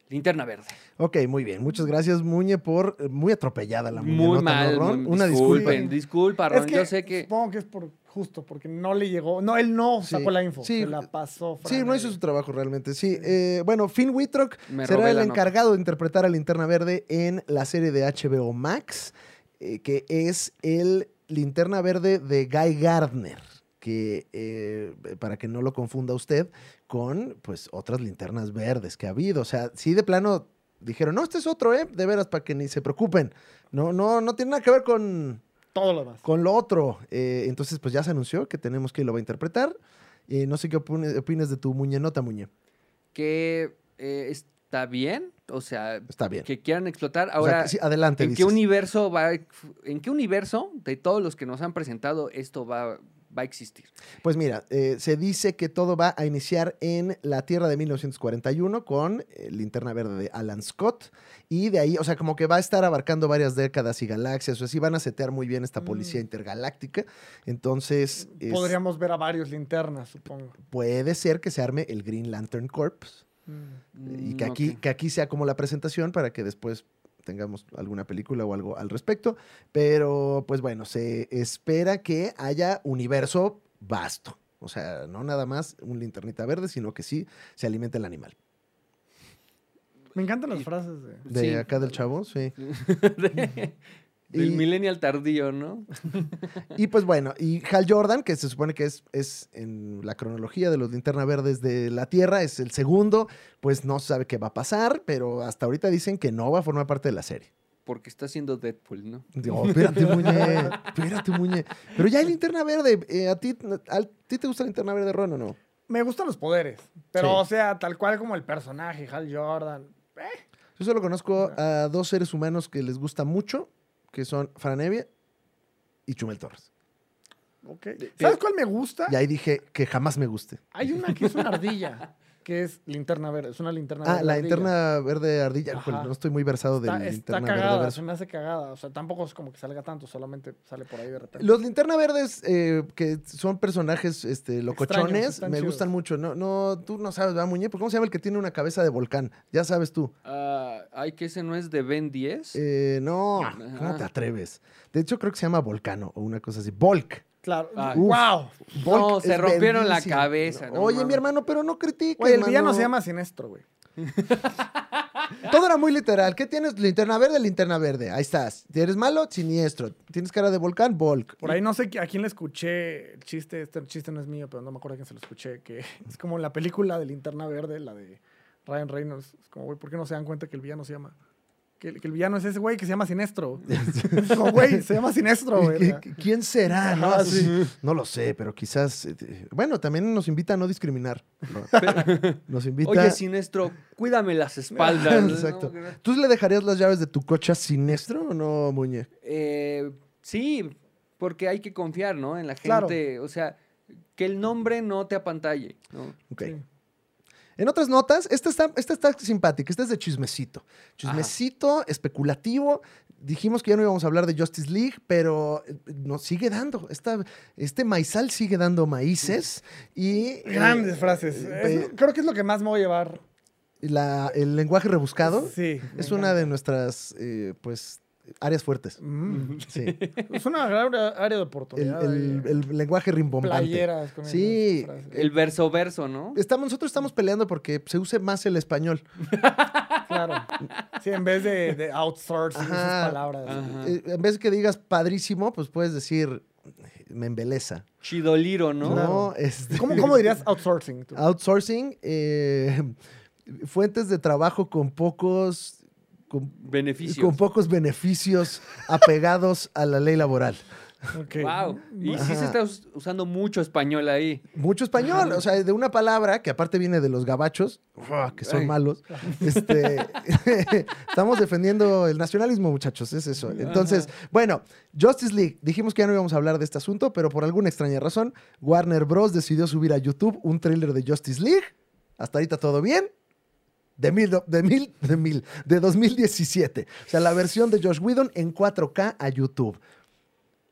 Speaker 2: Linterna Verde.
Speaker 1: Ok, muy bien. Muchas gracias, Muñe, por... eh, Muy atropellada la muñenota,
Speaker 2: muy
Speaker 1: ¿no,
Speaker 2: mal,
Speaker 1: Ron?
Speaker 2: muy-
Speaker 1: Una disculpa.
Speaker 2: disculpen, disculpa, Ron.
Speaker 3: Es que
Speaker 2: yo sé que...
Speaker 3: Supongo que es por justo, porque no le llegó. No, él no
Speaker 1: Sí.
Speaker 3: sacó la info.
Speaker 1: Sí.
Speaker 3: Se la pasó Fran.
Speaker 1: Sí, no hizo su trabajo realmente. Sí, eh, bueno, Finn Wittrock
Speaker 2: Me
Speaker 1: será
Speaker 2: robé
Speaker 1: el
Speaker 2: la nota.
Speaker 1: encargado de interpretar a Linterna Verde en la serie de HBO Max, eh, que es el Linterna Verde de Guy Gardner, que eh, para que no lo confunda usted con pues otras linternas verdes que ha habido. O sea, sí de plano dijeron, no, este es otro, ¿eh? De veras, para que ni se preocupen. No, no, no tiene nada que ver con,
Speaker 3: Todo lo demás.
Speaker 1: con lo otro. Eh, entonces, pues ya se anunció que tenemos que lo va a interpretar. Eh, no sé qué opine- opinas de tu muñenota, Muñe.
Speaker 2: que eh, está bien, o sea,
Speaker 1: Está bien.
Speaker 2: que quieran explotar.
Speaker 1: O sea,
Speaker 2: Ahora,
Speaker 1: que sí, adelante.
Speaker 2: ¿en qué
Speaker 1: dices.
Speaker 2: universo va, a ex- en qué universo de todos los que nos han presentado esto va, va a existir?
Speaker 1: Pues mira, eh, se dice que todo va a iniciar en la Tierra de 1941 con eh, Linterna Verde de Alan Scott y de ahí, o sea, como que va a estar abarcando varias décadas y galaxias, o así van a setear muy bien esta policía
Speaker 3: Mm.
Speaker 1: intergaláctica. Entonces, es-
Speaker 3: Podríamos ver a varios linternas, supongo.
Speaker 1: puede ser que se arme el Green Lantern Corps
Speaker 3: Mm.
Speaker 1: y
Speaker 2: Mm,
Speaker 1: que aquí,
Speaker 2: ok.
Speaker 1: que aquí sea como la presentación para que después tengamos alguna película o algo al respecto. Pero, pues bueno, se espera que haya universo vasto. O sea, no nada más un linternita verde, sino que sí se alimenta el animal.
Speaker 3: Me encantan las
Speaker 2: Y-
Speaker 3: frases de.
Speaker 1: De
Speaker 2: Sí.
Speaker 1: acá del chavo, sí.
Speaker 2: De- del
Speaker 1: Y-
Speaker 2: millennial tardío, ¿no?
Speaker 1: Y pues bueno, y Hal Jordan, que se supone que es, es en la cronología de los linterna verdes de la Tierra, es el segundo, pues no se sabe qué va a pasar, pero hasta ahorita dicen que no va a formar parte de la serie.
Speaker 2: Porque está haciendo Deadpool, ¿no?
Speaker 1: No, "Oh, espérate, Muñe. Espérate, Muñe. Pero ya hay linterna verde. eh, ¿a, ti, ¿A ti te gusta la linterna verde, Ron, o no?
Speaker 3: Me gustan los poderes. Pero,
Speaker 1: Sí.
Speaker 3: o sea, tal cual como el personaje, Hal Jordan. Eh,
Speaker 1: Yo solo conozco a dos seres humanos que les gusta mucho, que son Fran Evia y Chumel Torres.
Speaker 3: Ok. ¿Sabes cuál me gusta?
Speaker 1: Y ahí dije que jamás me guste.
Speaker 3: Hay una que es una ardilla, que es linterna verde. Es una linterna
Speaker 1: Ah,
Speaker 3: verde.
Speaker 1: la
Speaker 3: ardilla.
Speaker 1: linterna verde ardilla.
Speaker 3: Ajá.
Speaker 1: Híjole, no estoy muy versado de
Speaker 3: Está,
Speaker 1: la
Speaker 3: está
Speaker 1: linterna
Speaker 3: cagada,
Speaker 1: verde. verso.
Speaker 3: se me hace cagada. O sea, tampoco es como que salga tanto, solamente sale por ahí de repente.
Speaker 1: Los linterna verdes, eh, que son personajes este, locochones,
Speaker 3: están
Speaker 1: me
Speaker 3: chidos.
Speaker 1: gustan mucho. No, no, tú no sabes, ¿verdad, Muñe? Pues, ¿Cómo se llama el que tiene una cabeza de volcán? Ya sabes tú.
Speaker 2: Ah, ay, que ese no es de Ben 10.
Speaker 1: Eh, no, ¿cómo
Speaker 2: Ah.
Speaker 1: te atreves? De hecho, creo que se llama Volcano o una cosa así. Volk.
Speaker 3: Claro.
Speaker 2: Ah,
Speaker 3: ¡Wow!
Speaker 1: Volk
Speaker 2: No, se
Speaker 1: es
Speaker 2: rompieron la
Speaker 1: verguísima.
Speaker 2: cabeza, no
Speaker 1: Oye, mi
Speaker 2: mames.
Speaker 1: hermano, pero no critiques,
Speaker 3: Güey, el villano
Speaker 1: mano.
Speaker 3: se llama Sinestro, güey.
Speaker 1: Todo era muy literal. ¿Qué tienes? Linterna verde, linterna verde. Ahí estás. ¿Eres malo? Siniestro. ¿Tienes cara de volcán? Volk.
Speaker 3: Por ahí no sé qui- a quién le escuché el chiste. Este chiste no es mío, pero no me acuerdo a quién se lo escuché. Que es como la película de Linterna Verde, la de Ryan Reynolds. Es como, güey, ¿por qué no se dan cuenta que el villano se llama? Que, el- que el villano es ese güey que se llama Sinestro. Es como, güey, se llama Sinestro,
Speaker 1: ¿Y
Speaker 3: güey.
Speaker 1: qué- qué- ¿Quién será? No,
Speaker 3: Ajá,
Speaker 1: Así,
Speaker 3: Ah, sí.
Speaker 1: no lo sé, pero quizás. eh, eh, Bueno, también nos invita a no discriminar. ¿no? Nos invita.
Speaker 2: Oye, Sinestro, cuídame las espaldas. ¿no?
Speaker 1: Exacto. ¿Tú le dejarías las llaves de tu coche a Sinestro o no, Muñe?
Speaker 2: Eh, sí, porque hay que confiar, ¿no? En la
Speaker 3: Claro.
Speaker 2: gente. O sea, que el nombre no te apantalle. ¿no?
Speaker 1: Ok.
Speaker 3: Sí.
Speaker 1: En otras notas, esta está, esta está simpática, esta es de chismecito. Chismecito, especulativo. Dijimos que ya no íbamos a hablar de Justice League, pero eh, nos sigue dando. Esta, este maizal sigue dando maíces y... eh,
Speaker 3: Grandes frases.
Speaker 1: eh,
Speaker 3: Es- creo que es lo que más me voy a llevar.
Speaker 1: la- el lenguaje rebuscado
Speaker 3: Sí. me
Speaker 1: es una
Speaker 3: encanta.
Speaker 1: de nuestras, eh, pues, áreas fuertes.
Speaker 3: Mm.
Speaker 1: Sí.
Speaker 3: Es una gran área de
Speaker 1: El,
Speaker 3: oportunidad.
Speaker 1: el-
Speaker 3: eh.
Speaker 1: el lenguaje rimbombante.
Speaker 3: playeras con
Speaker 1: Sí,
Speaker 3: esas frases.
Speaker 2: El verso verso, ¿no?
Speaker 1: Estamos, nosotros estamos peleando porque se use más el español.
Speaker 3: Claro. Sí, en vez de, de outsource
Speaker 1: Ajá.
Speaker 3: esas palabras.
Speaker 2: Ajá.
Speaker 1: Eh, en vez que digas padrísimo, pues puedes decir eh, me embeleza.
Speaker 2: Chidoliro, ¿no?
Speaker 1: ¿no?
Speaker 3: Claro.
Speaker 1: Este,
Speaker 3: ¿Cómo, cómo dirías outsourcing? tú?
Speaker 1: Ah. Outsourcing, eh, fuentes de trabajo con pocos, con,
Speaker 2: Beneficios.
Speaker 1: con pocos beneficios apegados a la ley laboral.
Speaker 3: Ok. Mm.
Speaker 2: Wow. Y sí
Speaker 1: Ajá.
Speaker 2: se está us- usando mucho español ahí.
Speaker 1: Mucho español, o sea, de una palabra que aparte viene de los gabachos, ¡fua! que son
Speaker 2: Ay.
Speaker 1: malos. Este, estamos defendiendo el nacionalismo, muchachos, es eso. Entonces, bueno, Justice League, dijimos que ya no íbamos a hablar de este asunto, pero por alguna extraña razón, Warner Bros. decidió subir a YouTube un tráiler de Justice League. Hasta ahorita todo bien. De mil, do- de mil, de mil, de 2017. O sea, la versión de Josh Whedon en 4K a YouTube.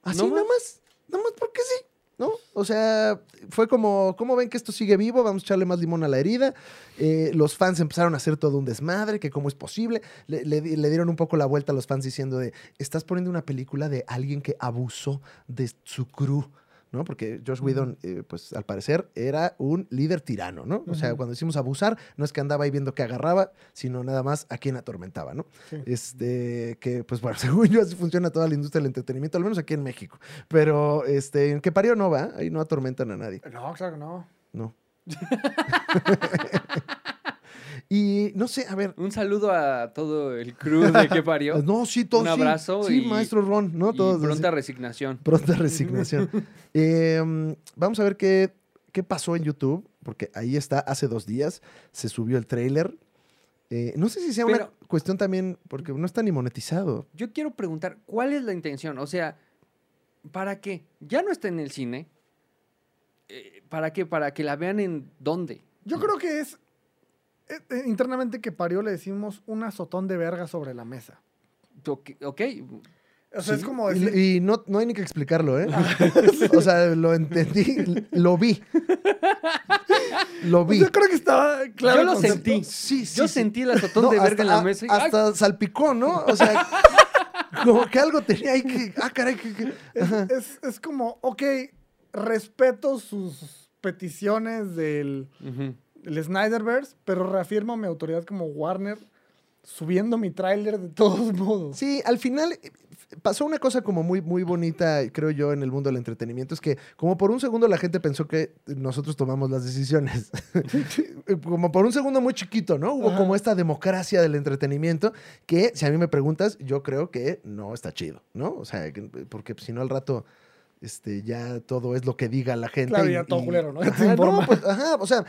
Speaker 1: Así
Speaker 2: ¿No más?
Speaker 1: nada más, nada más porque sí, ¿no? O sea, fue como, ¿cómo ven que esto sigue vivo? Vamos a echarle más limón a la herida. Eh, los fans empezaron a hacer todo un desmadre, que cómo es posible. Le, le di- le dieron un poco la vuelta a los fans diciendo de, estás poniendo una película de alguien que abusó de su crew. ¿no? Porque Josh Whedon, eh, pues al parecer, era un líder tirano, ¿no? O sea,
Speaker 3: Ujú.
Speaker 1: cuando decimos abusar, no es que andaba ahí viendo qué agarraba, sino nada más a quién atormentaba, ¿no?
Speaker 3: Sí.
Speaker 1: Este, que pues bueno, según yo así funciona toda la industria del entretenimiento, al menos aquí en México. Pero, este, en que parió no va, ahí no atormentan a nadie.
Speaker 3: No, claro que no.
Speaker 1: No. y no sé, a ver.
Speaker 2: Un saludo a todo el crew de que parió.
Speaker 1: No, sí, todos.
Speaker 2: Un
Speaker 1: sí.
Speaker 2: abrazo
Speaker 1: Sí,
Speaker 2: y-
Speaker 1: maestro Ron, ¿no?
Speaker 2: y
Speaker 1: Todos. así.
Speaker 2: pronta resignación.
Speaker 1: Pronta resignación. Eh, vamos a ver qué, qué pasó en YouTube, porque ahí está, hace dos días se subió el trailer. no sé si sea una
Speaker 2: Pero-
Speaker 1: cuestión también, porque no está ni monetizado.
Speaker 2: Yo quiero preguntar, ¿cuál es la intención? O sea, ¿para qué? Ya no está en el cine. Eh, ¿Para qué? ¿Para que la vean en dónde?
Speaker 3: Yo creo que es. eh, eh, internamente que parió le decimos un azotón de verga sobre la mesa.
Speaker 2: Ok. ok.
Speaker 3: O sea, es
Speaker 1: Sí,
Speaker 3: como
Speaker 1: y-
Speaker 3: decir.
Speaker 1: Y, no, no hay ni que explicarlo, ¿eh?
Speaker 2: Ah.
Speaker 1: o sea, lo entendí, lo vi. Lo vi.
Speaker 3: Yo creo que estaba claro.
Speaker 2: Yo
Speaker 3: el
Speaker 2: lo
Speaker 3: concepto.
Speaker 2: sentí.
Speaker 1: Sí, sí,
Speaker 2: Yo
Speaker 1: sí.
Speaker 2: sentí el azotón de
Speaker 1: No,
Speaker 2: verga en la
Speaker 1: a-
Speaker 2: mesa. y- ¡ay!
Speaker 1: Hasta salpicó, ¿no? O sea, como que algo tenía ahí que. Ah, caray, que- que-
Speaker 3: Es, es- es como, ok, respeto sus peticiones del,
Speaker 2: Ujú.
Speaker 3: del Snyderverse, pero reafirmo mi autoridad como Warner subiendo mi tráiler de todos modos.
Speaker 1: Sí, al final eh, pasó una cosa como muy, muy bonita, creo yo, en el mundo del entretenimiento. Es que como por un segundo la gente pensó que nosotros tomamos las decisiones. como por un segundo muy chiquito, ¿no? Hubo
Speaker 3: Ajá.
Speaker 1: como esta democracia del entretenimiento que, si a mí me preguntas, yo creo que no está chido, ¿no? O sea, que- porque si no al rato... Este, ya todo es lo que diga la gente.
Speaker 3: Claro,
Speaker 1: y-
Speaker 3: ya todo
Speaker 1: y-
Speaker 3: culero, ¿no? Ya te
Speaker 1: Ajá, no,
Speaker 3: informa.
Speaker 1: pues, ajá, o sea,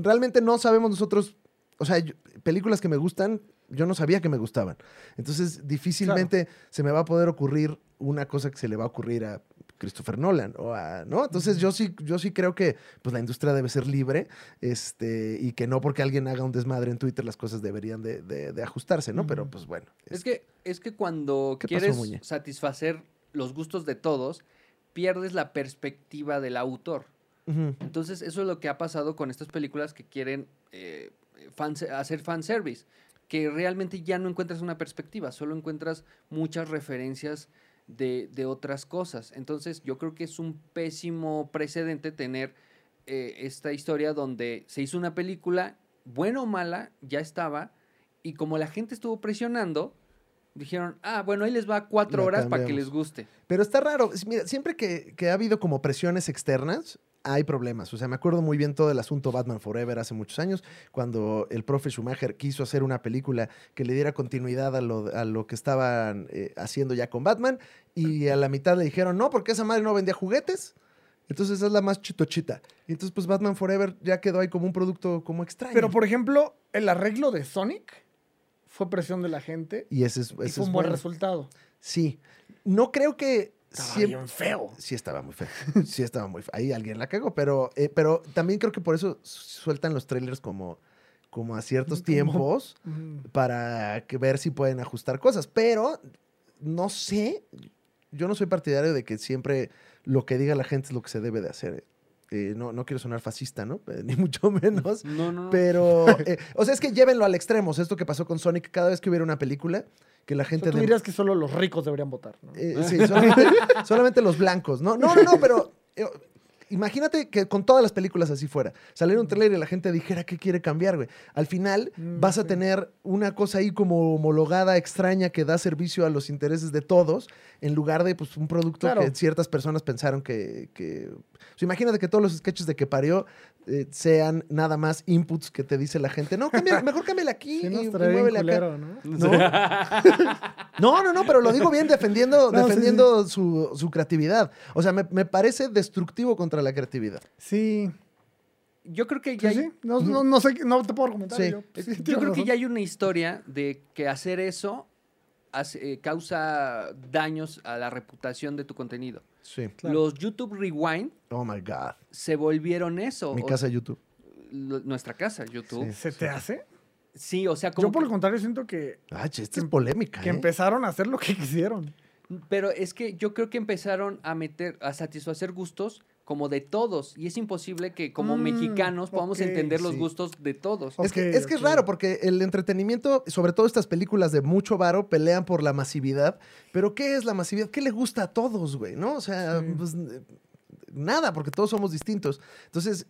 Speaker 1: realmente no sabemos nosotros, o sea, yo- películas que me gustan, yo no sabía que me gustaban. Entonces, difícilmente se me va a poder ocurrir una cosa que se le va a ocurrir a Christopher Nolan. O a- ¿no? Entonces yo sí, yo sí creo que pues, la industria debe ser libre este, y que no porque alguien haga un desmadre en Twitter las cosas deberían de, de- de ajustarse, ¿no? Pero pues bueno.
Speaker 2: Es que, es que cuando
Speaker 1: ¿Qué pasó,
Speaker 2: quieres
Speaker 1: Muñe?
Speaker 2: satisfacer los gustos de todos, pierdes la perspectiva del autor.
Speaker 1: Ujú.
Speaker 2: Entonces, eso es lo que ha pasado con estas películas que quieren eh, fanse- hacer fanservice, que realmente ya no encuentras una perspectiva, solo encuentras muchas referencias de, de otras cosas. Entonces, yo creo que es un pésimo precedente tener eh, esta historia donde se hizo una película, buena o mala, ya estaba, y como la gente estuvo presionando, dijeron, ah, bueno, ahí les va cuatro
Speaker 1: La
Speaker 2: horas para que
Speaker 1: cambiamos.
Speaker 2: les guste.
Speaker 1: Pero está raro. Es- Mira, siempre que, que ha habido como presiones externas, hay problemas. O sea, me acuerdo muy bien todo el asunto Batman Forever hace muchos años, cuando el profe Schumacher quiso hacer una película que le diera continuidad a lo, a lo que estaban eh, haciendo ya con Batman, y a la mitad le dijeron, no, porque esa madre no vendía juguetes. Entonces esa es la más chitochita. Y entonces, pues Batman Forever ya quedó ahí como un producto como extraño.
Speaker 3: Pero, por ejemplo, el arreglo de Sonic fue presión de la gente
Speaker 1: y ese es, ese
Speaker 3: y fue
Speaker 1: Pues es
Speaker 3: un buen
Speaker 1: bueno.
Speaker 3: resultado.
Speaker 1: Sí. No creo que.
Speaker 3: Estaba
Speaker 1: siempre-
Speaker 3: bien feo.
Speaker 1: Sí estaba muy feo. Sí estaba muy feo. Ahí alguien la cagó, pero, eh, pero también creo que por eso sueltan los trailers como, como a ciertos
Speaker 3: Como-
Speaker 1: tiempos
Speaker 3: Mm.
Speaker 1: para que ver si pueden ajustar cosas. Pero no sé, yo no soy partidario de que siempre lo que diga la gente es lo que se debe de hacer. eh. Eh, no, no quiero sonar fascista, ¿no? Eh, Ni mucho menos.
Speaker 2: No, no, no.
Speaker 1: Pero, eh, o sea, es que llévenlo al extremo. O sea, esto que pasó con Sonic, cada vez que hubiera una película, que la
Speaker 3: O
Speaker 1: gente...
Speaker 3: sea, tú
Speaker 1: de-
Speaker 3: dirías que solo los ricos deberían votar. ¿no?
Speaker 1: eh, sí, solamente, solamente los blancos. No, no, no, no, pero eh, imagínate que con todas las películas así fuera. Saliera un trailer y la gente dijera qué quiere cambiar, güey. Al final
Speaker 3: Mm,
Speaker 1: vas a
Speaker 3: sí.
Speaker 1: tener una cosa ahí como homologada, extraña, que da servicio a los intereses de todos, en lugar de pues, un producto
Speaker 3: Claro.
Speaker 1: que ciertas personas pensaron que... que- O sea, imagínate que todos los sketches de que parió eh, sean nada más inputs que te dice la gente. No, cámbiala- mejor cámbiala aquí
Speaker 3: Sí,
Speaker 1: y,
Speaker 3: no,
Speaker 1: y
Speaker 3: estaría bien
Speaker 1: muévele acá.
Speaker 3: culero, ¿no?
Speaker 1: ¿no? no, no, no, pero lo digo bien defendiendo,
Speaker 3: No, sí,
Speaker 1: defendiendo Su, su creatividad. O sea, me, me parece destructivo contra la creatividad.
Speaker 3: Sí.
Speaker 2: Yo creo que ya
Speaker 3: Sí,
Speaker 2: hay-
Speaker 3: sí. No, no, no sé, qué- no te puedo comentar.
Speaker 1: Sí.
Speaker 3: Yo,
Speaker 2: Es-
Speaker 3: pues, Sí,
Speaker 2: yo
Speaker 3: tienes
Speaker 2: creo que
Speaker 3: razón.
Speaker 2: ya hay una historia de que hacer eso hace- eh, causa daños a la reputación de tu contenido.
Speaker 1: Sí.
Speaker 3: Claro.
Speaker 2: Los YouTube Rewind
Speaker 1: Oh my God.
Speaker 2: se volvieron eso.
Speaker 1: Mi
Speaker 2: o-
Speaker 1: casa de YouTube.
Speaker 2: lo- nuestra casa, YouTube. Sí,
Speaker 3: ¿Se te hace?
Speaker 2: o sea, como
Speaker 3: Yo, por
Speaker 2: que-
Speaker 3: el contrario, siento que,
Speaker 1: Ay, che, esta es polémica.
Speaker 3: que
Speaker 1: ¿eh?
Speaker 3: empezaron a hacer lo que quisieron.
Speaker 2: Pero es que yo creo que empezaron a meter, a satisfacer gustos como de todos. Y es imposible que como
Speaker 3: Mm,
Speaker 2: mexicanos podamos
Speaker 3: ok,
Speaker 2: entender los
Speaker 1: sí.
Speaker 2: gustos de todos.
Speaker 1: Es que,
Speaker 3: Ok,
Speaker 1: es que es
Speaker 3: ok.
Speaker 1: raro porque el entretenimiento, sobre todo estas películas de mucho varo, pelean por la masividad. Pero ¿qué es la masividad? ¿Qué le gusta a todos, güey? ¿No? O sea,
Speaker 3: Sí.
Speaker 1: pues, eh, nada, porque todos somos distintos. Entonces,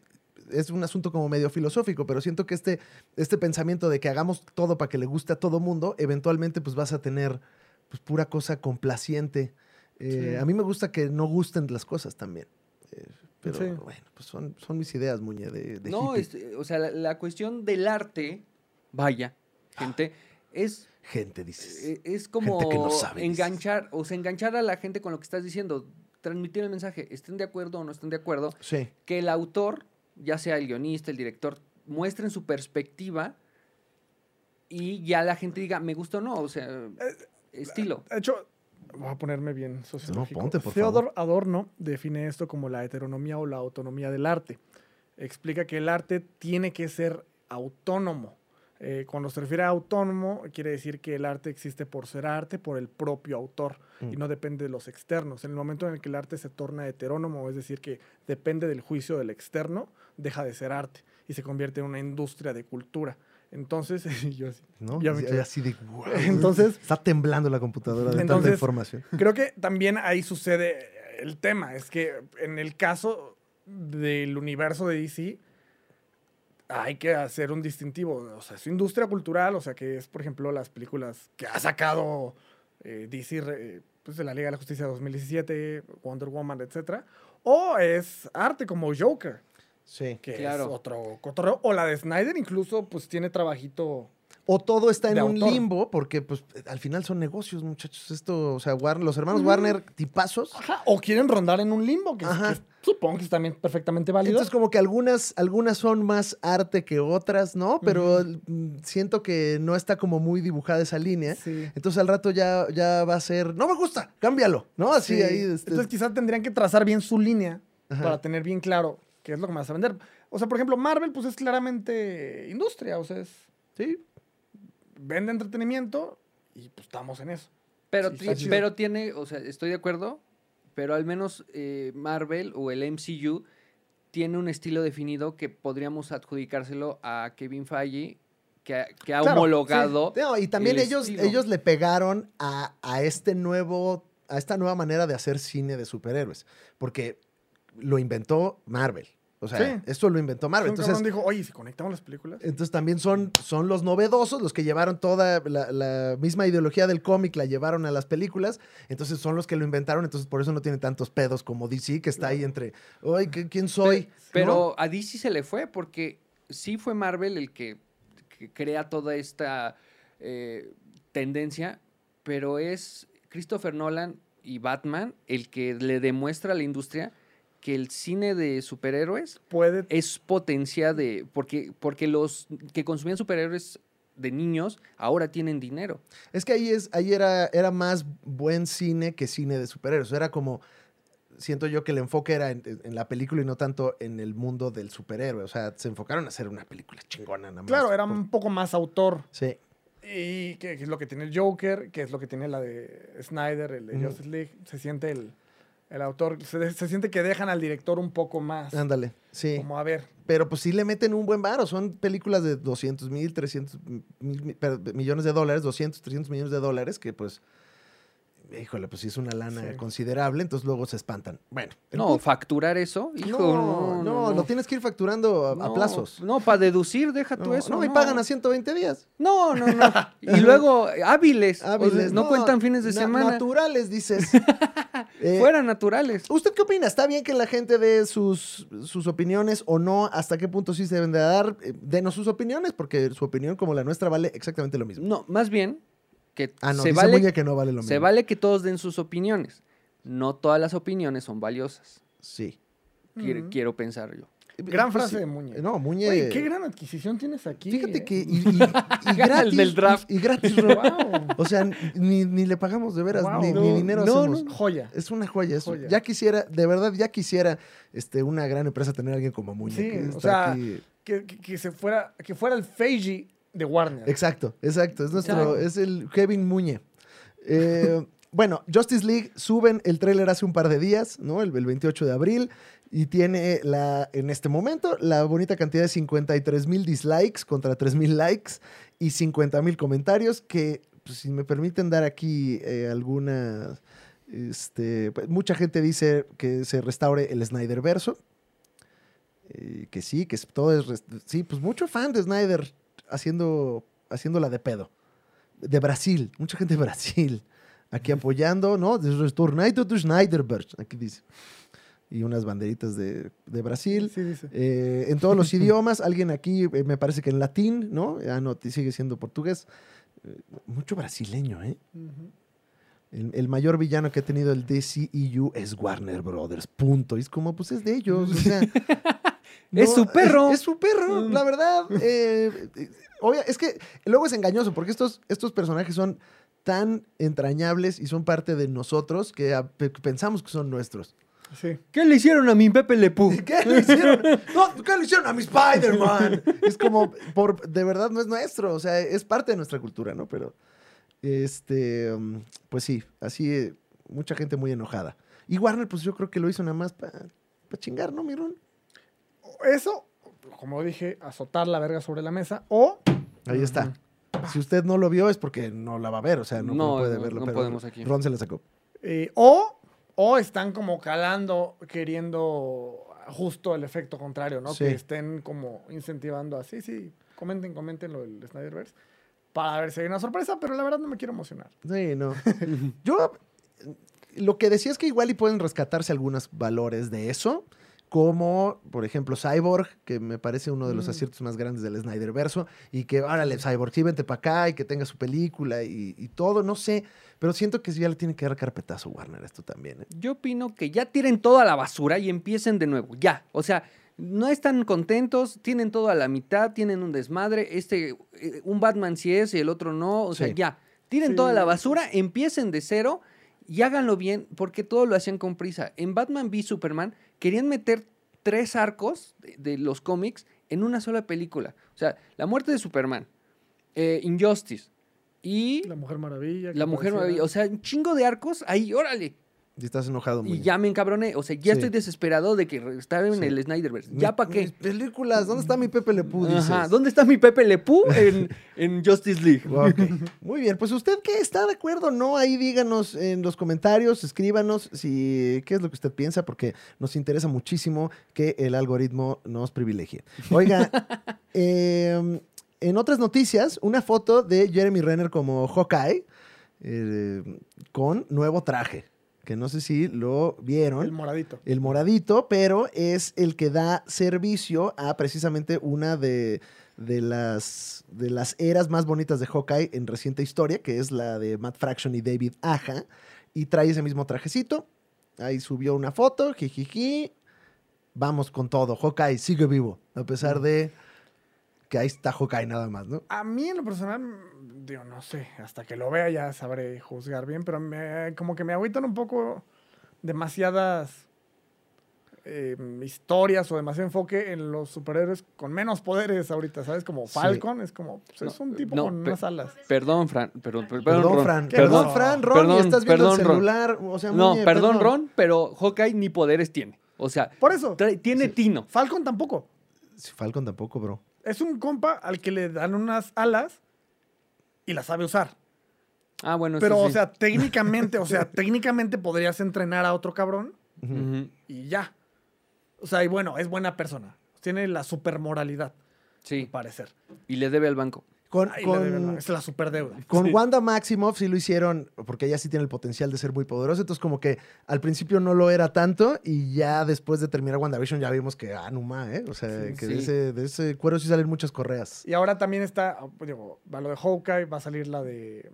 Speaker 1: es un asunto como medio filosófico, pero siento que este, este pensamiento de que hagamos todo para que le guste a todo mundo, eventualmente pues vas a tener pues, pura cosa complaciente. Eh,
Speaker 3: Sí.
Speaker 1: A mí me gusta que no gusten las cosas también. Eh, pero
Speaker 3: Sí.
Speaker 1: bueno, pues son, son mis ideas, Muñe, de, de
Speaker 2: no,
Speaker 1: hippie.
Speaker 2: este, o sea, la, la cuestión del arte, vaya, gente, es
Speaker 1: Gente, dices.
Speaker 2: Eh, Es como
Speaker 1: Gente que no sabe, dices.
Speaker 2: enganchar, o sea, enganchar a la gente con lo que estás diciendo, transmitir el mensaje, estén de acuerdo o no estén de acuerdo,
Speaker 1: sí.
Speaker 2: que el autor, ya sea el guionista, el director, muestren su perspectiva y ya la gente diga, me gusta o no, o sea,
Speaker 3: Eh,
Speaker 2: estilo.
Speaker 3: De hecho, voy a ponerme bien sociológico.
Speaker 1: ponte, por
Speaker 3: Theodor Adorno define esto como la heteronomía o la autonomía del arte. Explica que el arte tiene que ser autónomo. Eh, cuando se refiere a autónomo, quiere decir que el arte existe por ser arte, por el propio autor, y
Speaker 1: Mm.
Speaker 3: no depende de los externos. En el momento en el que el arte se torna heterónomo, es decir, que depende del juicio del externo, deja de ser arte y se convierte en una industria de cultura. Entonces, yo así,
Speaker 1: ¿no?
Speaker 3: Ya
Speaker 1: así,
Speaker 3: me quedé.
Speaker 1: así de "Wow".
Speaker 3: Entonces-
Speaker 1: Está temblando la computadora de tanta
Speaker 3: Entonces-
Speaker 1: información.
Speaker 3: Creo que también ahí sucede el tema. Es que en el caso del universo de DC, hay que hacer un distintivo. O sea, su industria cultural, o sea, que es, por ejemplo, las películas que ha sacado eh, DC re- eh, pues, de la Liga de la Justicia 2017, Wonder Woman, etcétera, O es arte como Joker,
Speaker 1: Sí.
Speaker 3: que es
Speaker 2: Claro.
Speaker 3: otro cotorreo. O la de Snyder incluso, pues tiene trabajito.
Speaker 1: O todo está en
Speaker 3: De
Speaker 1: un
Speaker 3: autor.
Speaker 1: limbo porque pues al final son negocios, muchachos. Esto, o sea, Warner- los hermanos Warner tipazos.
Speaker 3: Ajá, o quieren rondar en un limbo, que, es-
Speaker 1: Ajá.
Speaker 3: que es Supongo que es también perfectamente válido.
Speaker 1: Entonces, como que algunas, algunas son más arte que otras, ¿no? Pero mm, siento que no está como muy dibujada esa línea.
Speaker 3: Sí.
Speaker 1: Entonces, al rato ya, ya va a ser, no me gusta, cámbialo, ¿no? Así
Speaker 3: Sí.
Speaker 1: ahí. este,
Speaker 3: Entonces quizás tendrían que trazar bien su línea
Speaker 1: Ajá.
Speaker 3: para tener bien claro qué es lo que me vas a vender. O sea, por ejemplo, Marvel pues es claramente industria, o sea, es,
Speaker 1: sí.
Speaker 3: vende entretenimiento y pues estamos en eso.
Speaker 2: Pero,
Speaker 3: Sí,
Speaker 2: ti-
Speaker 3: está chido.
Speaker 2: pero tiene, o sea, estoy de acuerdo, pero al menos eh, Marvel o el MCU tiene un estilo definido que podríamos adjudicárselo a Kevin Feige, que, ha- que ha
Speaker 1: Claro,
Speaker 2: homologado.
Speaker 1: sí. No, y también
Speaker 2: el
Speaker 1: ellos,
Speaker 2: estilo.
Speaker 1: ellos le pegaron a, a este nuevo, a esta nueva manera de hacer cine de superhéroes. Porque lo inventó Marvel. O sea,
Speaker 3: Sí.
Speaker 1: esto lo inventó Marvel.
Speaker 3: Un
Speaker 1: Entonces, eh,
Speaker 3: cabrón dijo, oye, si conectamos las películas.
Speaker 1: entonces también son, son los novedosos, los que llevaron toda la, la misma ideología del cómic, la llevaron a las películas. Entonces son los que lo inventaron, entonces por eso no tiene tantos pedos como DC, que está ahí entre, ay, ¿qué- ¿quién soy?
Speaker 2: Pero a DC se le fue porque sí fue Marvel el que, que crea toda esta eh, tendencia, pero es Christopher Nolan y Batman el que le demuestra a la industria que el cine de superhéroes
Speaker 1: eh,
Speaker 3: Puede...
Speaker 2: es potencia de. Porque, porque los que consumían superhéroes de niños ahora tienen dinero.
Speaker 1: Es que ahí, es, ahí era, era más buen cine que cine de superhéroes. Era como, siento yo que el enfoque era en, en la película y no tanto en el mundo del superhéroe. O sea, se enfocaron a hacer una película chingona nada más.
Speaker 3: Claro, era
Speaker 1: Por-
Speaker 3: un poco más autor.
Speaker 1: Sí,
Speaker 3: Y que, que es lo que tiene el Joker, que es lo que tiene la de Snyder, el de
Speaker 1: Ujú.
Speaker 3: Justice League. Se siente el, el autor, se, se siente que dejan al director un poco más.
Speaker 1: ándale. Sí,
Speaker 3: Como a ver,
Speaker 1: pero pues sí le meten un buen varo. Son películas de 200 mil, 300 mil, mi- per- millones de dólares, 200, 300 millones de dólares, que pues, híjole, pues sí es una lana
Speaker 3: Sí.
Speaker 1: considerable, entonces luego se espantan. Bueno, el
Speaker 2: No,
Speaker 1: punto-
Speaker 2: facturar eso, hijo,
Speaker 1: no,
Speaker 2: no.
Speaker 1: no, lo tienes que ir facturando a- a
Speaker 2: No,
Speaker 1: plazos.
Speaker 2: No, para deducir, deja tú
Speaker 1: No,
Speaker 2: eso.
Speaker 1: no, y pagan a 120 días.
Speaker 2: No, no, no. Y luego, eh, hábiles.
Speaker 1: Hábiles,
Speaker 2: O sea, no, cuentan fines de
Speaker 1: na-
Speaker 2: semana.
Speaker 1: Naturales, dices. Eh,
Speaker 2: Fueran naturales.
Speaker 1: ¿Usted qué opina? ¿Está bien que la gente dé sus, sus opiniones o no? ¿Hasta qué punto sí se deben de dar? Eh, Denos sus opiniones, porque su opinión como la nuestra vale exactamente lo mismo.
Speaker 2: No, más bien que
Speaker 1: Ah, no,
Speaker 2: se,
Speaker 1: dice
Speaker 2: vale,
Speaker 1: Muñe que no vale lo mismo.
Speaker 2: se vale que todos den sus opiniones. No todas las opinioes son valiosas.
Speaker 1: Sí.
Speaker 2: Quiero,
Speaker 1: Mm.
Speaker 3: Ujú.
Speaker 2: quiero pensar yo.
Speaker 3: gran
Speaker 1: Pues
Speaker 3: frase
Speaker 1: sí.
Speaker 3: de Muñe.
Speaker 1: No, Muñe.
Speaker 3: Oye, qué gran adquisición tienes aquí.
Speaker 1: Fíjate
Speaker 3: eh.
Speaker 1: que. Y, y- y gratis.
Speaker 2: del draft.
Speaker 1: Y, y gratis, Rob.
Speaker 3: Wow.
Speaker 1: O sea, ni, ni le pagamos de veras,
Speaker 3: Wow.
Speaker 1: ni,
Speaker 3: No,
Speaker 1: ni dinero
Speaker 2: no,
Speaker 1: hacemos.
Speaker 3: Joya.
Speaker 1: Es una joya eso.
Speaker 3: Joya.
Speaker 1: Ya quisiera, de verdad, ya quisiera este, una gran empresa tener a alguien como Muñe.
Speaker 3: Sí,
Speaker 1: que
Speaker 3: o
Speaker 1: está
Speaker 3: sea,
Speaker 1: aquí.
Speaker 3: Que, que- que se fuera, que fuera el Feiji de Warner.
Speaker 1: Exacto, exacto. Es nuestro,
Speaker 2: Exacto.
Speaker 1: es el Kevin Muñe. Eh, bueno, Justice League suben el tráiler hace un par de días, ¿no? El, el 28 de abril. Y tiene la, en este momento la bonita cantidad de 53 mil dislikes contra 3 mil likes y 50 mil comentarios que, pues, si me permiten dar aquí eh, algunas... Este, pues, mucha gente dice que se restaure el Snyder verso. Eh, que sí, que es- todo es... res- Sí, pues mucho fan de Snyder haciendo, haciéndola de pedo. De Brasil, mucha gente de Brasil. Aquí apoyando, ¿no? De Retornado to Snyderberg, aquí dice. Y unas banderitas de, de Brasil.
Speaker 3: Sí, dice.
Speaker 1: Eh, en todos los idiomas, alguien aquí, eh, me parece que en latín, ¿no? Ah, no, t- sigue siendo portugués. Eh, mucho brasileño, ¿eh?
Speaker 3: Ujú.
Speaker 1: El, el mayor villano que ha tenido el DCEU es Warner Brothers, punto. Y es como, pues es de ellos. o sea,
Speaker 2: Es su perro. Mm.
Speaker 1: Es, su perro, la verdad. Eh, eh, obvia- es que luego es engañoso porque estos, estos personajes son tan entrañables y son parte de nosotros que ah, pe- pensamos que son nuestros.
Speaker 3: Sí.
Speaker 2: ¿Qué le hicieron a mi Pepe Lepú?
Speaker 1: ¿Qué le hicieron? No, ¿Qué le hicieron a mi Spider-Man? Es como, por, de verdad no es nuestro, o sea, es parte de nuestra cultura, ¿no? Pero, este, mm, pues sí, así, eh, mucha gente muy enojada. Y Warner, pues yo creo que lo hizo nada más para chingar, ¿no, Mirón?
Speaker 3: Eso, como dije, azotar la verga sobre la mesa o
Speaker 1: Ahí está. Si usted no lo vio es porque no la va a ver, o sea, no,
Speaker 2: No,
Speaker 1: no puede
Speaker 2: no,
Speaker 1: verlo.
Speaker 2: no
Speaker 1: pero
Speaker 2: podemos aquí.
Speaker 1: Ron se la sacó.
Speaker 3: Eh, o, o están como calando, queriendo justo el efecto contrario, ¿no?
Speaker 1: Sí.
Speaker 3: Que estén como incentivando así, sí, comenten, comenten lo del Snyderverse. Para ver si hay una sorpresa, pero la verdad no me quiero emocionar.
Speaker 1: Sí, no. Yo eh, lo que decía es que igual y pueden rescatarse algunos valores de eso. como, por ejemplo, Cyborg, que me parece uno de
Speaker 2: Mm.
Speaker 1: los aciertos más grandes del Snyder Verso, y que, órale, Cyborg, sí, vente para acá y que tenga su película y, y todo, no sé, pero siento que ya le tiene que dar carpetazo Warner a esto también. ¿eh?
Speaker 2: Yo opino que ya tiren todo a la basura y empiecen de nuevo, ya. O sea, no están contentos, tienen todo a la mitad, tienen un desmadre. Este, eh, un Batman sí es y el otro no. O sea,
Speaker 1: Sí.
Speaker 2: ya. Tiren
Speaker 3: Sí.
Speaker 2: toda la basura, empiecen de cero y háganlo bien, porque todo lo hacían con prisa. En Batman v Superman querían meter tres arcos de, de los cómics en una sola película. O sea, la muerte de Superman, eh, Injustice y
Speaker 3: La Mujer Maravilla. que
Speaker 2: La Mujer
Speaker 3: pareciera-
Speaker 2: Maravilla. O sea, un chingo de arcos ahí, órale.
Speaker 1: Y estás enojado,
Speaker 2: Y
Speaker 1: Muñe.
Speaker 2: ya me encabroné. O sea, ya
Speaker 1: Sí.
Speaker 2: estoy desesperado de que re- estar en
Speaker 1: Sí.
Speaker 2: el Snyderverse.
Speaker 1: Mi-
Speaker 2: ¿Ya para
Speaker 1: Mis
Speaker 2: qué?
Speaker 1: películas, ¿dónde está mi Pepe Le Pew, dices?
Speaker 2: Ajá. ¿Dónde está mi Pepe Lepú en, en Justice League?
Speaker 1: Ok. Muy bien, pues usted qué está de acuerdo, o ¿no? Ahí díganos en los comentarios, escríbanos si qué es lo que usted piensa, porque nos interesa muchísimo que el algoritmo nos privilegie. Oiga, eh, en otras noticias, una foto de Jeremy Renner como Hawkeye eh, con nuevo traje, que no sé si lo vieron.
Speaker 3: El moradito.
Speaker 1: El moradito, pero es el que da servicio a precisamente una de, de las, de las eras más bonitas de Hawkeye en reciente historia, que es la de Matt Fraction y David Aja. Y trae ese mismo trajecito. Ahí subió una foto, jijiji. Vamos con todo. Hawkeye sigue vivo, a pesar de que ahí está Hawkeye nada más, ¿no?
Speaker 3: A mí en lo personal, mm, digo, no sé, hasta que lo vea ya sabré juzgar bien, pero me- como que me agüitan un poco demasiadas eh, historias o demasiado enfoque en los superhéroes con menos poderes ahorita, ¿sabes? Como
Speaker 1: Sí.
Speaker 3: Falcon, es como, pues, es
Speaker 2: No,
Speaker 3: un tipo
Speaker 2: no,
Speaker 3: con
Speaker 2: pe-
Speaker 3: unas alas.
Speaker 2: Perdón, Fran. Perdón, per- perdón,
Speaker 1: Perdón,
Speaker 2: Ron.
Speaker 1: Fran.
Speaker 3: ¿Qué
Speaker 1: Perdón,
Speaker 3: pasó?
Speaker 1: Fran. Ron,
Speaker 2: Perdón,
Speaker 1: y estás viendo
Speaker 2: perdón,
Speaker 1: el
Speaker 2: Ron.
Speaker 1: celular. O sea,
Speaker 2: No,
Speaker 1: Muñe,
Speaker 2: perdón, Ron, pero Hawkeye ni poderes tiene. O sea,
Speaker 3: Por eso,
Speaker 2: trae- tiene tino.
Speaker 3: Falcon tampoco.
Speaker 1: Falcon tampoco, bro.
Speaker 3: Es un compa al que le dan unas alas y las sabe usar.
Speaker 2: Ah, bueno, eso
Speaker 3: Pero, o
Speaker 2: sí.
Speaker 3: sea, técnicamente, o sea, técnicamente podrías entrenar a otro cabrón
Speaker 2: Ujú.
Speaker 3: y ya. O sea, y bueno, es buena persona. Tiene la supermoralidad, al
Speaker 2: Sí,
Speaker 3: parecer.
Speaker 2: y le debe al banco.
Speaker 1: Con,
Speaker 3: Ahí
Speaker 1: con-
Speaker 3: la debe, ¿no? es la superdeuda.
Speaker 1: Con Wanda Maximoff sí lo hicieron, porque ella sí tiene el potencial de ser muy poderosa. Entonces, como que al principio no lo era tanto, y ya después de terminar WandaVision ya vimos que, ah, no más, ¿eh? O sea,
Speaker 3: Sí,
Speaker 1: que
Speaker 2: sí.
Speaker 1: De, ese, de ese cuero sí salen muchas correas.
Speaker 3: Y ahora también está, ah, digo, va lo de Hawkeye, va a salir la de eh,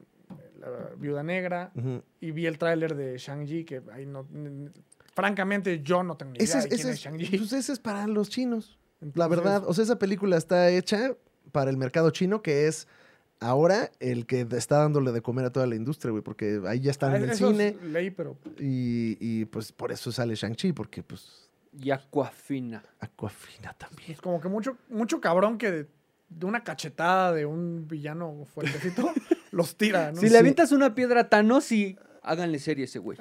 Speaker 3: la Viuda Negra.
Speaker 1: Ujú.
Speaker 3: Y vi el tráiler de Shang-Chi, que ahí no... n- Francamente, yo no tengo ni idea
Speaker 1: Ese es,
Speaker 3: de quién
Speaker 1: ese
Speaker 3: es
Speaker 1: es-
Speaker 3: Shang-Chi.
Speaker 1: pues ese es para los chinos, la
Speaker 3: Entonces,
Speaker 1: verdad. O sea, esa película está hecha para el mercado chino, que es ahora el que está dándole de comer a toda la industria, güey, porque ahí ya están
Speaker 3: ah,
Speaker 1: en el
Speaker 3: eso
Speaker 1: cine,
Speaker 3: Leí, pero...
Speaker 1: y, y pues por eso sale Shang-Chi, porque pues
Speaker 2: Y Aquafina.
Speaker 1: Aquafina también.
Speaker 3: Pues como que mucho, mucho cabrón que de, de una cachetada de un villano fuertecito los tira, ¿no?
Speaker 2: Si le avientas una piedra a Thanos, sí, háganle serie a ese
Speaker 1: Ah,
Speaker 2: güey.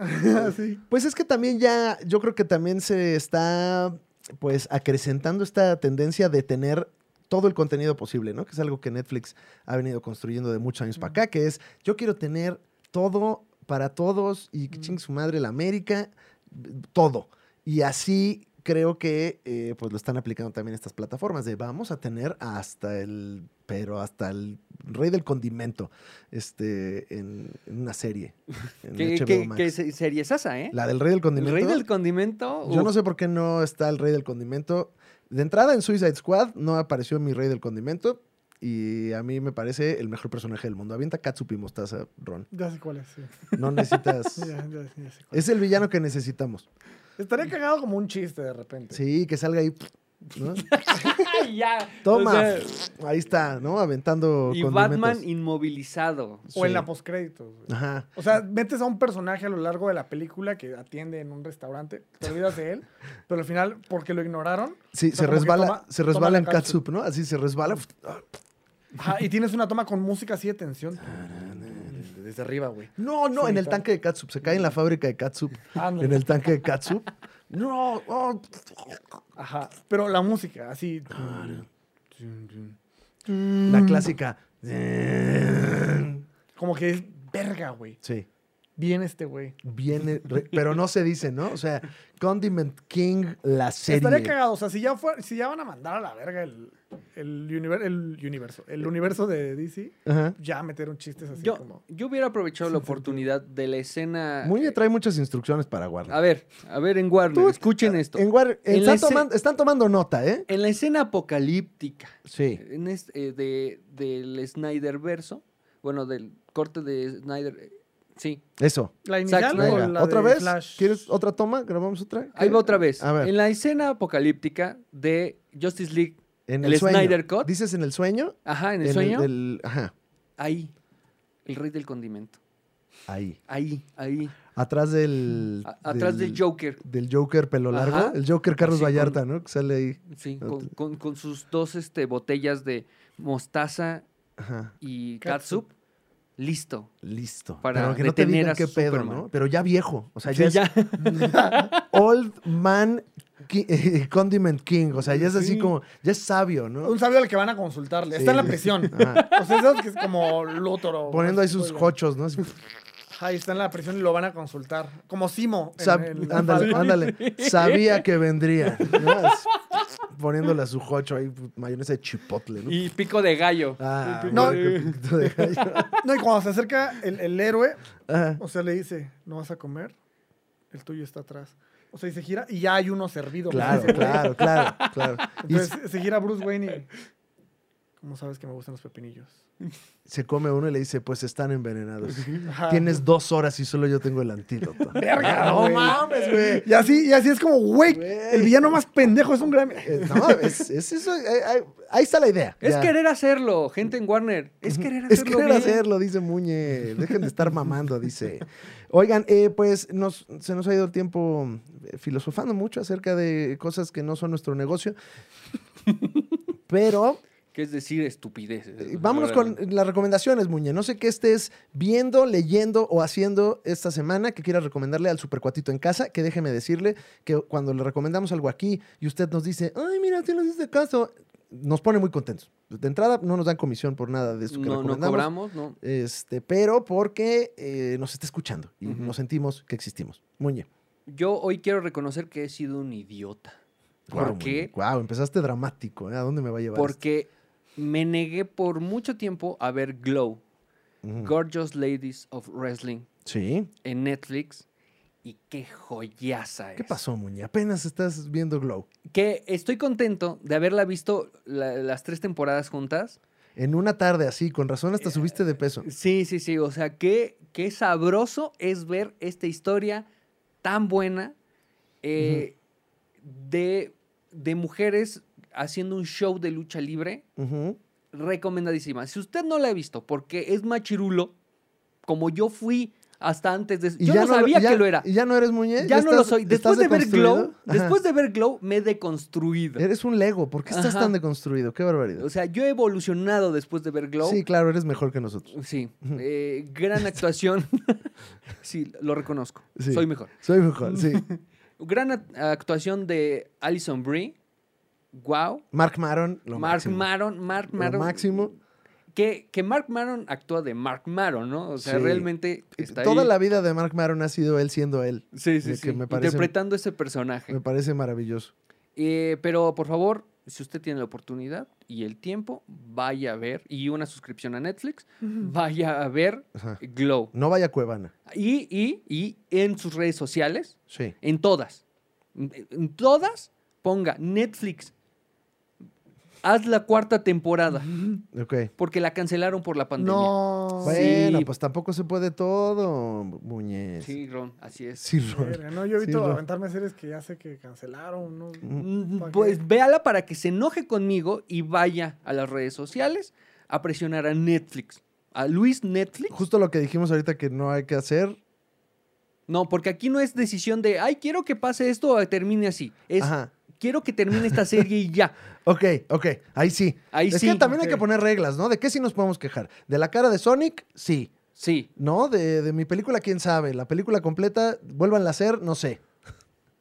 Speaker 3: Sí.
Speaker 1: Pues es que también ya, yo creo que también se está, pues, acrecentando esta tendencia de tener todo el contenido posible, ¿no? Que es algo que Netflix ha venido construyendo de muchos años para acá, que es, yo quiero tener todo para todos y que
Speaker 3: Mm.
Speaker 1: chingue su madre la América, b- todo. Y así creo que, eh, pues, lo están aplicando también estas plataformas de vamos a tener hasta el, pero hasta el rey del condimento, este, en, en una serie. en
Speaker 2: Que,
Speaker 1: HBO
Speaker 2: que,
Speaker 1: Max.
Speaker 2: que se- serie es esa, ¿eh?
Speaker 1: La del rey del
Speaker 2: El
Speaker 1: condimento.
Speaker 2: rey del condimento.
Speaker 1: Yo
Speaker 2: uf.
Speaker 1: no sé por qué no está el rey del condimento. De entrada en Suicide Squad no apareció mi rey del condimento. Y a mí me parece el mejor personaje del mundo. Avienta Katsup y mostaza, Ron.
Speaker 3: Ya sé cuál es, sí.
Speaker 1: No necesitas.
Speaker 3: Ya, ya- ya sé cuál es.
Speaker 1: es el villano que necesitamos.
Speaker 3: Estaría cagado como un chiste de repente.
Speaker 1: Sí, que salga ahí. ¿no?
Speaker 2: Ay, ya.
Speaker 1: Toma.
Speaker 2: O sea,
Speaker 1: ahí está, ¿no? Aventando
Speaker 2: y
Speaker 1: condimentos.
Speaker 2: Batman inmovilizado.
Speaker 3: O en
Speaker 1: Sí.
Speaker 3: la postcréditos. güey.
Speaker 1: Ajá.
Speaker 3: O sea, metes a un personaje a lo largo de la película que atiende en un restaurante, te olvidas de él, pero al final, porque lo ignoraron,
Speaker 1: Sí,
Speaker 3: sea,
Speaker 1: se
Speaker 3: como que
Speaker 1: resbala,
Speaker 3: toma-
Speaker 1: se
Speaker 3: toma la
Speaker 1: resbala en
Speaker 3: catsup.
Speaker 1: Katsup, ¿no? Así se resbala.
Speaker 3: ajá, y tienes una toma con música así de tensión. Desde arriba, güey.
Speaker 1: No, no,
Speaker 3: Sí,
Speaker 1: en el
Speaker 3: tal.
Speaker 1: tanque de Katsup. Se cae en la fábrica de Katsup.
Speaker 3: Ándale.
Speaker 1: En el tanque de Katsup. No, oh,
Speaker 3: Ajá. Pero la música, así.
Speaker 1: La clásica.
Speaker 3: Como que es verga, güey.
Speaker 1: Sí.
Speaker 3: Bien este güey.
Speaker 1: Viene, re- pero no se dice, ¿no? O sea, Condiment King, la
Speaker 3: Estaría
Speaker 1: serie.
Speaker 3: cagado. O sea, si ya, fue, si ya van a mandar a la verga el, el, univer- el universo, el universo de DC,
Speaker 1: Ajá.
Speaker 3: ya metieron chistes así
Speaker 2: Yo,
Speaker 3: como.
Speaker 2: yo hubiera aprovechado la oportunidad de la escena.
Speaker 1: Muñe
Speaker 2: eh,
Speaker 1: trae muchas instrucciones para Warner.
Speaker 2: A ver, a ver en Warner,
Speaker 1: Tú- eh,
Speaker 2: escuchen esto.
Speaker 1: En Warner,
Speaker 2: en
Speaker 1: están,
Speaker 2: la se-
Speaker 1: tomando, están tomando nota, ¿eh?
Speaker 2: En la escena apocalíptica
Speaker 1: Sí.
Speaker 2: en es- eh, de, del Snyder verso, bueno, del corte de Snyder, eh, sí,
Speaker 1: Eso.
Speaker 3: La inicial
Speaker 2: Snyder.
Speaker 3: o
Speaker 1: Venga,
Speaker 3: la
Speaker 1: ¿Otra
Speaker 3: de
Speaker 1: vez?
Speaker 3: Flash?
Speaker 1: ¿Quieres otra toma? ¿Grabamos otra?
Speaker 2: ahí va otra vez.
Speaker 1: Eh, A ver.
Speaker 2: En la escena apocalíptica de Justice League,
Speaker 1: En
Speaker 2: el Snyder Cut.
Speaker 1: ¿Dices en el sueño?
Speaker 2: ajá, en el sueño,
Speaker 1: el- ajá,
Speaker 2: ahí, el rey del condimento,
Speaker 1: ahí.
Speaker 2: ahí, ahí,
Speaker 1: Atrás del...
Speaker 2: a- atrás del Joker,
Speaker 1: Del Joker pelo
Speaker 2: Ajá.
Speaker 1: largo. El Joker Carlos
Speaker 2: Así con-
Speaker 1: Vallarta, ¿no? Que sale ahí.
Speaker 2: sí,
Speaker 1: Ah,
Speaker 2: con,
Speaker 1: tú-
Speaker 2: con- con sus dos este, botellas de mostaza
Speaker 1: Ajá.
Speaker 2: y
Speaker 3: Catsup.
Speaker 2: catsup, listo.
Speaker 1: Listo.
Speaker 2: Para
Speaker 1: Pero que no te
Speaker 2: detener
Speaker 1: digan
Speaker 2: a
Speaker 1: qué pedo,
Speaker 2: Superman.
Speaker 1: ¿no? Pero ya viejo. O sea,
Speaker 2: Sí,
Speaker 1: Ah, ya, es
Speaker 2: ya.
Speaker 1: Old Man Ki- eh, Condiment King. O sea, ya es así
Speaker 2: Sí.
Speaker 1: como... Ya es sabio, ¿no?
Speaker 3: Un sabio al que van a consultarle. Está en la
Speaker 1: Sí.
Speaker 3: prisión.
Speaker 1: Ajá.
Speaker 3: O sea, esos que es como Lútoro.
Speaker 1: Poniendo ahí sus
Speaker 3: jochos
Speaker 1: jochos, ¿no? Así,
Speaker 3: Ahí está en la prisión y lo van a consultar. Como Simo. en
Speaker 1: Sab-
Speaker 3: el-
Speaker 1: ándale, ándale. Sabía que vendría. ¿no? Así, Poniéndole a su jocho ahí pues, mayonesa de chipotle, ¿no?
Speaker 2: y pico de gallo.
Speaker 1: Ah,
Speaker 2: Y pico
Speaker 1: no.
Speaker 2: de-
Speaker 3: No, y cuando se acerca el, el héroe,
Speaker 1: Ajá.
Speaker 3: o sea, le dice, ¿no vas a comer? El tuyo está atrás. O sea, y se gira y ya hay uno servido.
Speaker 1: Claro,
Speaker 3: Ese güey.
Speaker 1: claro, claro, claro. Y
Speaker 3: Entonces se gira Bruce Wayne y... ¿Cómo sabes que me gustan los pepinillos?
Speaker 1: se come uno y le dice, pues están envenenados.
Speaker 2: Ah.
Speaker 3: Ajá.
Speaker 1: Tienes dos horas y solo yo tengo el antídoto.
Speaker 3: Verga,
Speaker 1: no
Speaker 3: güey.
Speaker 1: mames, güey.
Speaker 3: Y así, y así es como, güey, el villano más pendejo es un Grammy.
Speaker 1: Eh, No, es, es eso. eh, ahí- ahí está la idea.
Speaker 2: Es
Speaker 1: ya.
Speaker 2: querer hacerlo, gente en Warner. Es querer hacerlo.
Speaker 1: Es querer
Speaker 2: bien.
Speaker 1: hacerlo, dice Muñe. Dejen de estar mamando, dice. Oigan, eh, pues nos, se nos ha ido el tiempo eh, filosofando mucho acerca de cosas que no son nuestro negocio. Pero
Speaker 2: Que es decir, estupideces.
Speaker 1: eh, vámonos con las recomendaciones, Muñe. No sé qué estés viendo, leyendo o haciendo esta semana que quieras recomendarle al supercuatito en casa, que déjeme decirle que cuando le recomendamos algo aquí y usted nos dice, ay, mira, sí nos hiciste caso, nos pone muy contentos. De entrada, no nos dan comisión por nada de eso Eh, que
Speaker 2: No, no
Speaker 1: recomendamos.
Speaker 2: cobramos, no.
Speaker 1: Este, pero porque eh, nos está escuchando y
Speaker 2: Ujú.
Speaker 1: nos sentimos que existimos. Muñe.
Speaker 2: Yo hoy quiero reconocer que he sido un idiota. ¿Por
Speaker 1: Guau,
Speaker 2: qué?
Speaker 1: Muñe. Guau, empezaste dramático. ¿eh? ¿A dónde me va a llevar?
Speaker 2: Porque me negué por mucho tiempo a ver Glow,
Speaker 1: esto? Ujú.
Speaker 2: Gorgeous Ladies of Wrestling,
Speaker 1: Sí.
Speaker 2: en Netflix. Y qué joyaza es.
Speaker 1: ¿Qué pasó, Muñe? Apenas estás viendo Glow.
Speaker 2: Que estoy contento de haberla visto la- las tres temporadas juntas.
Speaker 1: En una tarde así, con razón
Speaker 2: Eh,
Speaker 1: hasta subiste de peso.
Speaker 2: Sí, sí, sí. O sea, qué, qué sabroso es ver esta historia tan buena eh, de, de mujeres haciendo un show de lucha libre.
Speaker 1: Ujú.
Speaker 2: Recomendadísima. Si usted no la ha visto porque es machirulo, como yo fui hasta antes de... Yo no
Speaker 1: lo-
Speaker 2: sabía
Speaker 1: ya-
Speaker 2: que lo era.
Speaker 1: ¿Y ya no eres Muñe?
Speaker 2: Ya no lo
Speaker 1: estás-
Speaker 2: soy.
Speaker 1: estás
Speaker 2: Después de ver
Speaker 1: deconstruido?
Speaker 2: Glow,
Speaker 1: Ajá.
Speaker 2: después de ver Glow, me he deconstruido.
Speaker 1: Eres un Lego. ¿Por qué estás
Speaker 2: Ajá.
Speaker 1: tan deconstruido? Qué barbaridad.
Speaker 2: O sea, yo he evolucionado después de ver Glow.
Speaker 1: Sí, claro, eres mejor que nosotros.
Speaker 2: Sí, eh, gran actuación. sí, lo reconozco.
Speaker 1: Sí.
Speaker 2: Soy mejor.
Speaker 1: Soy mejor, sí.
Speaker 2: Gran act- actuación de Alison Brie. Wow.
Speaker 1: Mark Maron, lo
Speaker 2: Mark
Speaker 1: máximo.
Speaker 2: Maron, Mark
Speaker 1: Lo
Speaker 2: Maron.
Speaker 1: máximo.
Speaker 2: Que, que Mark Maron actúa de Mark Maron, ¿no? O sea,
Speaker 1: Sí. Eh,
Speaker 2: realmente está
Speaker 1: Toda
Speaker 2: ahí.
Speaker 1: la vida de Mark Maron ha sido él siendo él.
Speaker 2: Sí, sí,
Speaker 1: de
Speaker 2: sí.
Speaker 1: que me parece-
Speaker 2: Interpretando ese personaje.
Speaker 1: Me parece maravilloso.
Speaker 2: Eh, pero por favor, si usted tiene la oportunidad y el tiempo, vaya a ver. Y una suscripción a Netflix, vaya a ver
Speaker 1: Ajá.
Speaker 2: Glow.
Speaker 1: No vaya a Cuevana.
Speaker 2: Y, y, y en sus redes sociales,
Speaker 1: Sí.
Speaker 2: En todas. En en todas, ponga Netflix. Haz la cuarta temporada.
Speaker 1: Ok.
Speaker 2: Porque la cancelaron por la pandemia.
Speaker 3: No.
Speaker 2: Sí.
Speaker 1: Bueno, pues tampoco se puede todo, Muñez.
Speaker 2: Sí, Ron, así es.
Speaker 1: Sí, Ron.
Speaker 3: Verga, No, yo he
Speaker 1: Sí,
Speaker 3: visto
Speaker 1: lo-
Speaker 3: aventarme series que ya sé que cancelaron. ¿no?
Speaker 2: Mm,
Speaker 3: ¿Para qué?
Speaker 2: Pues véala para que se enoje conmigo y vaya a las redes sociales a presionar a Netflix. A Luis Netflix.
Speaker 1: Justo lo que dijimos ahorita que no hay que hacer.
Speaker 2: No, porque aquí no es decisión de, ay, quiero que pase esto o termine así. Es,
Speaker 1: Ajá.
Speaker 2: quiero que termine esta serie y ya.
Speaker 1: Ok, ok. Ahí sí.
Speaker 2: Ahí
Speaker 1: es
Speaker 2: sí.
Speaker 1: que también hay que
Speaker 3: Ok.
Speaker 1: poner reglas, ¿no? ¿De qué sí nos podemos quejar? ¿De la cara de Sonic? Sí.
Speaker 2: Sí.
Speaker 1: ¿No? De, de mi película, quién sabe. La película completa, vuelvan a hacer, no sé.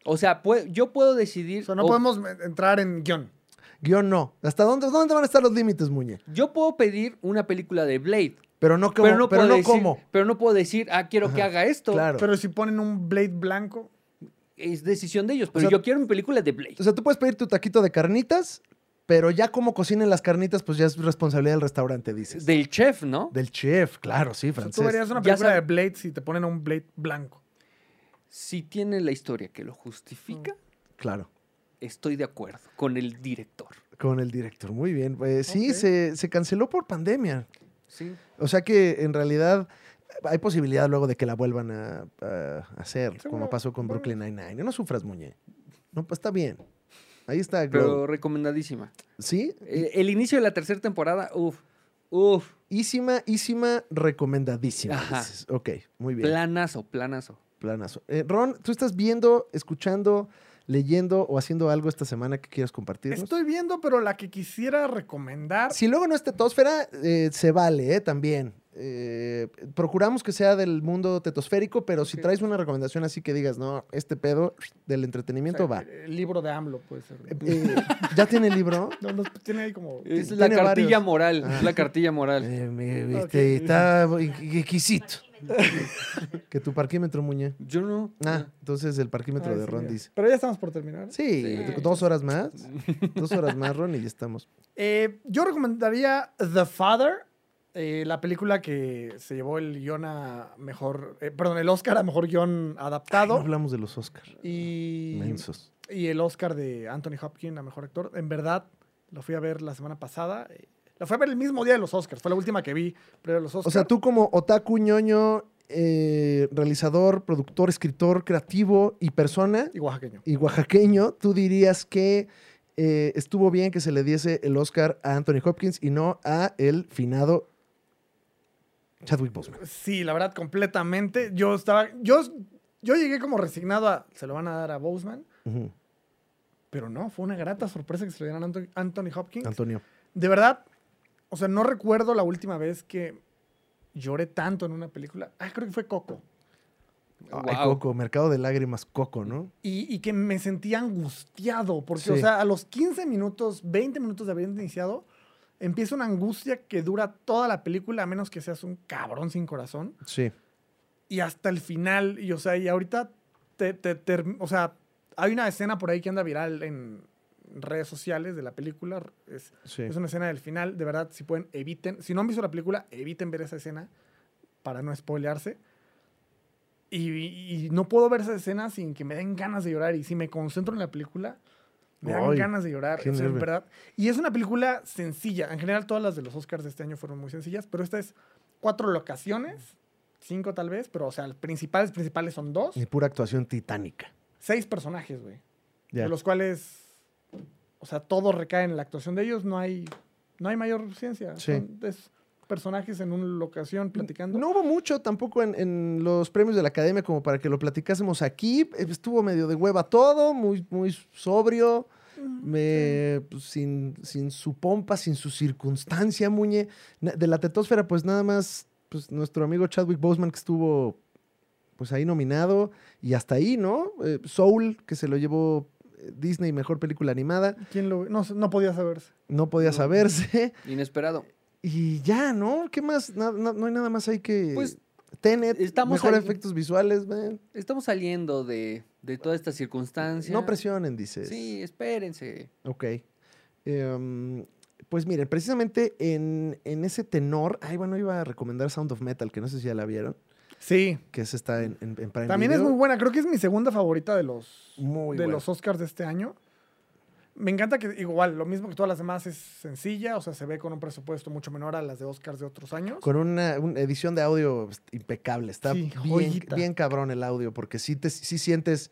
Speaker 2: O sea, pue- yo puedo decidir.
Speaker 3: O sea, no
Speaker 2: o-
Speaker 3: podemos me- entrar en guión.
Speaker 1: Guión no. ¿Hasta dónde, dónde van a estar los límites, Muñe?
Speaker 2: Yo puedo pedir una película de Blade.
Speaker 1: Pero no como.
Speaker 2: pero
Speaker 1: Pero no,
Speaker 2: no, puedo decir,
Speaker 1: como.
Speaker 2: pero no puedo decir, ah, quiero que haga esto.
Speaker 1: Claro.
Speaker 3: Pero si ponen un Blade blanco,
Speaker 2: Es decisión de ellos. Pero
Speaker 1: sea,
Speaker 2: yo quiero mi película de Blade.
Speaker 1: O sea, tú puedes pedir tu taquito de carnitas, pero ya como cocinen las carnitas, pues ya es responsabilidad del restaurante, dices.
Speaker 2: Del chef, ¿no?
Speaker 1: Del chef, claro, sí,
Speaker 3: o sea,
Speaker 1: francés.
Speaker 3: tú verías una
Speaker 2: Ya
Speaker 3: película
Speaker 2: sab-
Speaker 3: de Blade si te ponen a un Blade blanco.
Speaker 2: Si tiene la historia que lo justifica,
Speaker 1: Claro,
Speaker 2: estoy de acuerdo con el director.
Speaker 1: con el director. Muy bien. Pues, Sí,
Speaker 3: Ok.
Speaker 1: se, se canceló por pandemia.
Speaker 2: Sí.
Speaker 1: O sea que en realidad hay posibilidad luego de que la vuelvan a, a hacer, como
Speaker 3: Seguro,
Speaker 1: pasó con
Speaker 3: bueno.
Speaker 1: Brooklyn Nine-Nine. No sufras, Muñe. No, pues está bien. Ahí está,
Speaker 2: Pero
Speaker 1: Glow.
Speaker 2: recomendadísima.
Speaker 1: Sí,
Speaker 2: Eh, el inicio de la tercera temporada, uff, uff,
Speaker 1: ísima, ísima, recomendadísima.
Speaker 2: Ajá.
Speaker 1: dices. Ok, muy bien.
Speaker 2: planazo, planazo.
Speaker 1: Planazo. Eh, Ron, ¿tú estás viendo, escuchando, leyendo o haciendo algo esta semana que quieras compartirnos?
Speaker 3: Estoy viendo, pero la que quisiera recomendar.
Speaker 1: Si luego no es tetosfera, eh, se vale, ¿eh? También. Eh, procuramos que sea del mundo tetosférico, pero si
Speaker 3: Ok.
Speaker 1: traes una recomendación así que digas, no, este pedo del entretenimiento
Speaker 3: o
Speaker 1: va.
Speaker 3: sea, El libro de AMLO puede ser.
Speaker 1: Eh, eh, ¿Ya tiene el libro?
Speaker 3: No, no, tiene ahí como.
Speaker 2: Es
Speaker 1: Ti-
Speaker 2: la
Speaker 1: tiene
Speaker 2: cartilla
Speaker 1: varios. Ah.
Speaker 2: moral, es la cartilla moral.
Speaker 1: Eh, me-
Speaker 3: Ok.
Speaker 1: este, Está exquisito. que tu parquímetro, Muñe.
Speaker 2: Yo no.
Speaker 1: Ah, entonces el parquímetro
Speaker 3: Ay,
Speaker 1: de
Speaker 3: Ah, sí,
Speaker 1: Ron
Speaker 3: mira.
Speaker 1: dice.
Speaker 3: Pero ya estamos por terminar.
Speaker 1: Sí,
Speaker 2: Sí.
Speaker 1: dos horas más. Dos horas más, Ron, y ya estamos.
Speaker 3: Eh, yo recomendaría The Father, eh, la película que se llevó el guión a mejor. eh, perdón, el Oscar a mejor guión
Speaker 1: No
Speaker 3: adaptado.
Speaker 1: hablamos de los Oscar.
Speaker 3: y,
Speaker 1: Mensos.
Speaker 3: y el Oscar de Anthony Hopkins a mejor actor. En verdad, lo fui a ver la semana pasada. eh, La fui a ver el mismo día de los Oscars. Fue la última que vi previo a los Oscars.
Speaker 1: O sea, tú como otaku, ñoño, eh, realizador, productor, escritor, creativo y persona
Speaker 3: Y oaxaqueño.
Speaker 1: y oaxaqueño, tú dirías que eh, estuvo bien que se le diese el Oscar a Anthony Hopkins y no a el finado Chadwick Boseman.
Speaker 3: Sí, la verdad, completamente. Yo estaba. Yo, yo llegué como resignado a. Se lo van a dar a Boseman.
Speaker 1: Ujú,
Speaker 3: Pero no, fue una grata sorpresa que se lo dieran a Anto- Anthony Hopkins.
Speaker 1: Antonio.
Speaker 3: De verdad, o sea, no recuerdo la última vez que lloré tanto en una película. Ah, creo que fue Coco.
Speaker 1: Ay,
Speaker 2: Guau.
Speaker 1: Coco, mercado de lágrimas, Coco, ¿no?
Speaker 3: Y, y que me sentía angustiado, porque, o
Speaker 1: Sí.
Speaker 3: sea, a los 15 minutos, 20 minutos de haber iniciado, empieza una angustia que dura toda la película, a menos que seas un cabrón sin corazón.
Speaker 1: Sí.
Speaker 3: y hasta el final. Y, o sea, y ahorita, te, te- ter- o sea, hay una escena por ahí que anda viral en redes sociales de la película. Es,
Speaker 1: Sí.
Speaker 3: es una escena del final. De verdad, si pueden, eviten. Si no han visto la película, eviten ver esa escena para no spoilearse. Y, y- y no puedo ver esa escena sin que me den ganas de llorar. Y si me concentro en la película, me dan
Speaker 1: Ay,
Speaker 3: ganas de llorar.
Speaker 1: qué
Speaker 3: o sea, en
Speaker 1: nervio.
Speaker 3: verdad. Y es una película sencilla. En general, todas las de los Oscars de este año fueron muy sencillas. Pero esta es cuatro locaciones, cinco tal vez. Pero, o sea, principales, principales son dos.
Speaker 1: Y pura actuación titánica.
Speaker 3: Seis personajes, güey
Speaker 1: Ya.
Speaker 3: de los cuales, o sea, todo recae en la actuación de ellos, no hay, no hay mayor ciencia.
Speaker 1: Sí.
Speaker 3: Son es personajes en una locación platicando.
Speaker 1: No hubo mucho tampoco en, en los premios de la academia como para que lo platicásemos aquí. Estuvo medio de hueva todo, muy, muy sobrio, me- pues, sin, sin su pompa, sin su circunstancia, Muñe. Na- De la tetosfera, pues nada más pues, nuestro amigo Chadwick Boseman que estuvo pues ahí nominado y hasta ahí, ¿no? Eh, Soul, que se lo llevó eh, Disney, mejor película animada,
Speaker 3: ¿Quién lo, no, sé, no podía saberse.
Speaker 1: no podía
Speaker 2: No.
Speaker 1: saberse.
Speaker 2: Inesperado.
Speaker 1: Y ya, ¿no? ¿Qué más? Na- na- no hay nada más ahí que...
Speaker 2: Pues,
Speaker 1: Tenet,
Speaker 2: estamos
Speaker 1: mejor
Speaker 2: ahí.
Speaker 1: efectos visuales, ven.
Speaker 2: Estamos saliendo de, de toda esta circunstancia.
Speaker 1: No presionen, dices.
Speaker 2: Sí, espérense.
Speaker 1: Ok. Em, pues miren, precisamente en, en ese tenor, ay, bueno, iba a recomendar Sound of Metal, que no sé si ya la vieron,
Speaker 3: Sí.
Speaker 1: que esa está en, en, en Prime
Speaker 3: También es
Speaker 1: Video.
Speaker 3: muy buena, creo que es mi segunda favorita de los,
Speaker 1: Muy
Speaker 3: de
Speaker 1: buena.
Speaker 3: los Oscars de este año. Me encanta que igual, lo mismo que todas las demás es sencilla, o sea, se ve con un presupuesto mucho menor a las de Oscars de otros años.
Speaker 1: Con una, una edición de audio pues, impecable. Está
Speaker 3: Sí,
Speaker 1: bien,
Speaker 3: joyita.
Speaker 1: bien cabrón el audio, porque sí, te, sí sientes...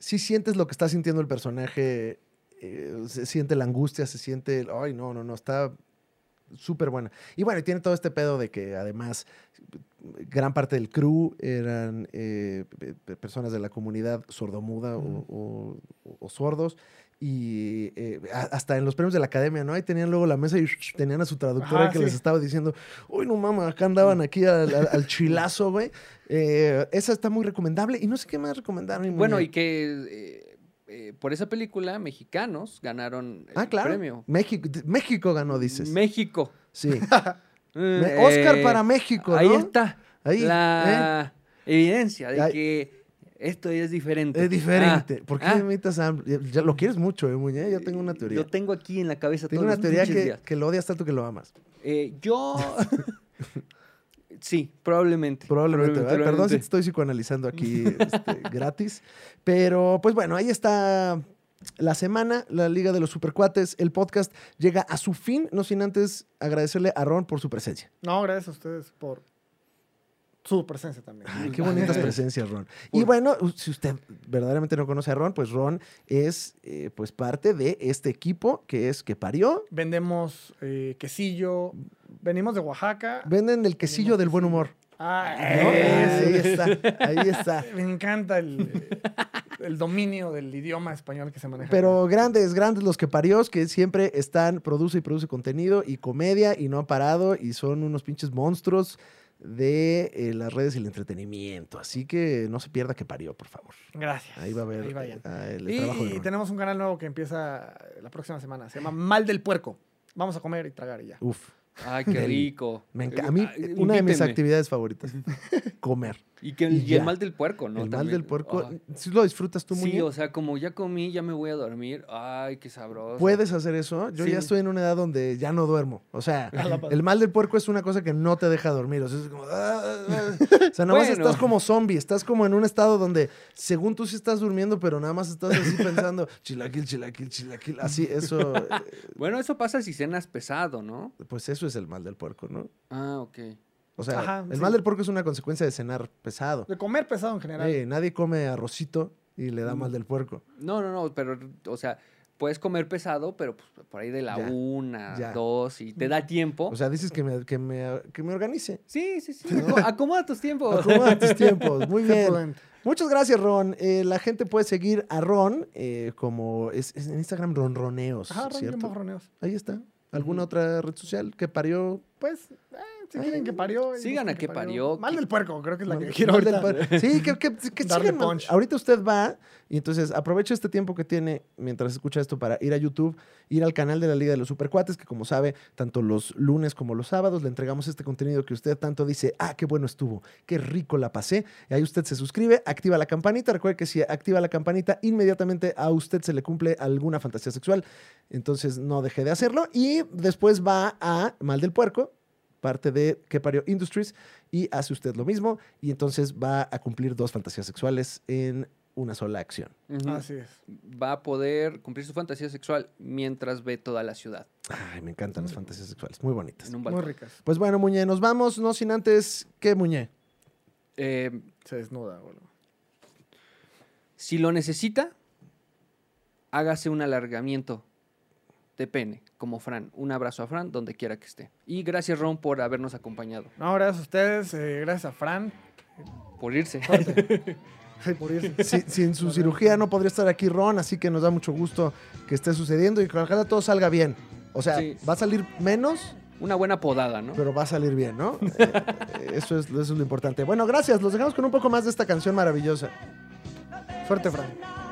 Speaker 1: Sí sientes lo que está sintiendo el personaje. eh, se siente la angustia, se siente... el- Ay, no, no, no, está súper buena. Y bueno, y tiene todo este pedo de que además gran parte del crew eran eh, pe- pe- personas de la comunidad sordomuda o-
Speaker 3: Ujú.
Speaker 1: o, o sordos. Y eh, a- hasta en los premios de la academia, ¿no? Ahí tenían luego la mesa y tenían a su traductora
Speaker 3: Ajá,
Speaker 1: que
Speaker 3: Ah, sí.
Speaker 1: les estaba diciendo, uy, no mames, acá andaban aquí al, al- al chilazo, güey. Eh, esa está muy recomendable y no sé qué más recomendar. mi
Speaker 2: Bueno,
Speaker 1: muñe.
Speaker 2: y que eh, eh, por esa película, mexicanos ganaron el
Speaker 1: Ah, claro.
Speaker 2: premio.
Speaker 1: México, México ganó, dices.
Speaker 2: México. Eh,
Speaker 1: Sí. Me- Oscar para México, ¿no?
Speaker 2: Ahí está.
Speaker 1: Ahí, ¿eh?
Speaker 2: la evidencia de
Speaker 1: Ahí.
Speaker 2: que esto es diferente.
Speaker 1: Es diferente.
Speaker 2: Ah,
Speaker 1: ¿Por qué
Speaker 2: ah,
Speaker 1: imitas a AMLO? Ya, ya lo quieres mucho, ¿eh, Muñe? Yo tengo una teoría.
Speaker 2: Lo tengo aquí en la cabeza
Speaker 1: tengo
Speaker 2: todos
Speaker 1: una
Speaker 2: los
Speaker 1: teoría
Speaker 2: pinches
Speaker 1: que,
Speaker 2: días.
Speaker 1: que lo odias tanto que lo amas.
Speaker 2: Eh, yo. sí, probablemente.
Speaker 1: Probablemente, ¿verdad? Perdón si te
Speaker 2: probablemente.
Speaker 1: estoy psicoanalizando aquí este, gratis. Pero pues bueno, ahí está la semana, la Liga de los Supercuates. El podcast llega a su fin, no sin antes agradecerle a Ron por su presencia.
Speaker 3: No, gracias a ustedes por su presencia también.
Speaker 1: Ay, Ah, qué bonitas presencias, Ron. Y bueno, si usted verdaderamente no conoce a Ron, pues Ron es eh, pues parte de este equipo que es que parió.
Speaker 3: Vendemos eh, quesillo. Venimos de Oaxaca.
Speaker 1: Venden el quesillo del buen humor.
Speaker 3: Ah,
Speaker 1: ¿no?
Speaker 3: ¿no?
Speaker 1: Ahí está, ahí está.
Speaker 3: Me encanta el, eh, el dominio del idioma español que se maneja.
Speaker 1: Pero grandes, grandes los que pariós que siempre están, produce y produce contenido y comedia y no han parado y son unos pinches monstruos de eh, las redes y el entretenimiento. Así que no se pierda que parió, por favor.
Speaker 3: Gracias.
Speaker 1: Ahí va a ver
Speaker 3: Ahí vayan.
Speaker 1: el
Speaker 3: y
Speaker 1: trabajo de Ron.
Speaker 3: tenemos un canal nuevo que empieza la próxima semana. Se llama Mal del Puerco. Vamos a comer y tragar y ya.
Speaker 1: Uf,
Speaker 2: Ay, Ah, qué rico.
Speaker 1: me
Speaker 3: Eh,
Speaker 1: enca- a mí
Speaker 3: ah,
Speaker 2: Ay,
Speaker 1: una de mis
Speaker 2: invítenme.
Speaker 1: actividades favoritas, comer.
Speaker 2: Y, que,
Speaker 1: y
Speaker 2: y el
Speaker 1: ya.
Speaker 2: mal del puerco, ¿no?
Speaker 1: el mal
Speaker 2: También. Ah.
Speaker 1: del puerco,
Speaker 2: Ay.
Speaker 1: si lo disfrutas tú muy
Speaker 2: Sí, o sea, como ya comí, ya me voy a dormir. Ay, qué sabroso.
Speaker 1: Puedes hacer eso. Yo
Speaker 2: Sí.
Speaker 1: ya estoy en una edad donde ya no duermo. O sea,
Speaker 3: la madre.
Speaker 1: el mal del puerco es una cosa que no te deja dormir. O sea, es como. ah, ah, ah. O sea, nada más
Speaker 2: Bueno.
Speaker 1: estás como zombie. Estás como en un estado donde, según tú sí estás durmiendo, pero nada más estás así pensando, chilaquil, chilaquil, chilaquil. Así, eso. eh,
Speaker 2: Bueno, eso pasa si cenas pesado, ¿no?
Speaker 1: Pues eso es el mal del puerco, ¿no?
Speaker 2: Ah, ok.
Speaker 1: O sea,
Speaker 3: Ajá,
Speaker 1: el
Speaker 3: sí.
Speaker 1: mal del puerco es una consecuencia de cenar pesado.
Speaker 3: De comer pesado en general.
Speaker 1: Eh, nadie come arrocito y le
Speaker 3: Mm.
Speaker 1: da mal del puerco.
Speaker 2: No, no, no, pero, o sea, puedes comer pesado, pero pues, por ahí de la
Speaker 1: Ya,
Speaker 2: una,
Speaker 1: ya.
Speaker 2: dos, y te da tiempo.
Speaker 1: O sea, dices que me, que me, que me organice.
Speaker 2: sí, sí, sí. aco- Acomoda tus tiempos.
Speaker 1: Acomoda tus tiempos. Muy
Speaker 3: Qué
Speaker 1: bien.
Speaker 3: prudente.
Speaker 1: Muchas gracias, Ron. Eh, la gente puede seguir a Ron eh, como es, es en Instagram Ronroneos,
Speaker 3: Ajá, Ron, bien
Speaker 1: Pues, ¿cierto?
Speaker 3: bajoneos.
Speaker 1: Ahí está. ¿Alguna otra red social que parió?
Speaker 3: Pues, eh, si quieren que parió. ahí
Speaker 2: Sigan
Speaker 3: busquen
Speaker 2: a que parió.
Speaker 3: Mal del puerco, creo que es la que
Speaker 1: Mal-
Speaker 3: quiero
Speaker 1: mal del
Speaker 3: ahorita.
Speaker 1: par- Sí, que, que- que
Speaker 3: Darle
Speaker 1: sigan, man.
Speaker 3: punch.
Speaker 1: Ahorita usted va y entonces aprovecha este tiempo que tiene mientras escucha esto para ir a YouTube, ir al canal de la Liga de los Supercuates, que como sabe, tanto los lunes como los sábados le entregamos este contenido que usted tanto dice, ah, qué bueno estuvo, qué rico la pasé. Y ahí usted se suscribe, activa la campanita. Recuerde que si activa la campanita, inmediatamente a usted se le cumple alguna fantasía sexual. Entonces no deje de hacerlo. Y después va a Mal del Puerco, parte de Que Parió Industries, y hace usted lo mismo. Y entonces va a cumplir dos fantasías sexuales en una sola acción.
Speaker 2: Ujú.
Speaker 3: Así es.
Speaker 2: Va a poder cumplir su fantasía sexual mientras ve toda la ciudad.
Speaker 1: Ay, me encantan las fantasías sexuales, muy bonitas.
Speaker 2: En un
Speaker 3: Muy
Speaker 2: balcón.
Speaker 3: ricas.
Speaker 1: Pues bueno, Muñe, nos vamos, no sin antes que Muñe.
Speaker 2: Eh,
Speaker 3: Se desnuda, boludo.
Speaker 2: si lo necesita, hágase un alargamiento de pene, como Fran. Un abrazo a Fran, donde quiera que esté. Y gracias, Ron, por habernos acompañado,
Speaker 3: No, gracias a ustedes. eh, gracias a Fran.
Speaker 2: por irse.
Speaker 3: Ay, por irse.
Speaker 1: Si- sin su cirugía no podría estar aquí Ron, así que nos da mucho gusto que esté sucediendo y que ojalá todo salga bien. O sea,
Speaker 2: Sí.
Speaker 1: va a salir menos,
Speaker 2: Una buena podada, ¿no?
Speaker 1: pero va a salir bien, ¿no? Eh, eso, es, eso es lo importante. Bueno, gracias. Los dejamos con un poco más de esta canción maravillosa.
Speaker 3: Suerte, Fran.
Speaker 4: Now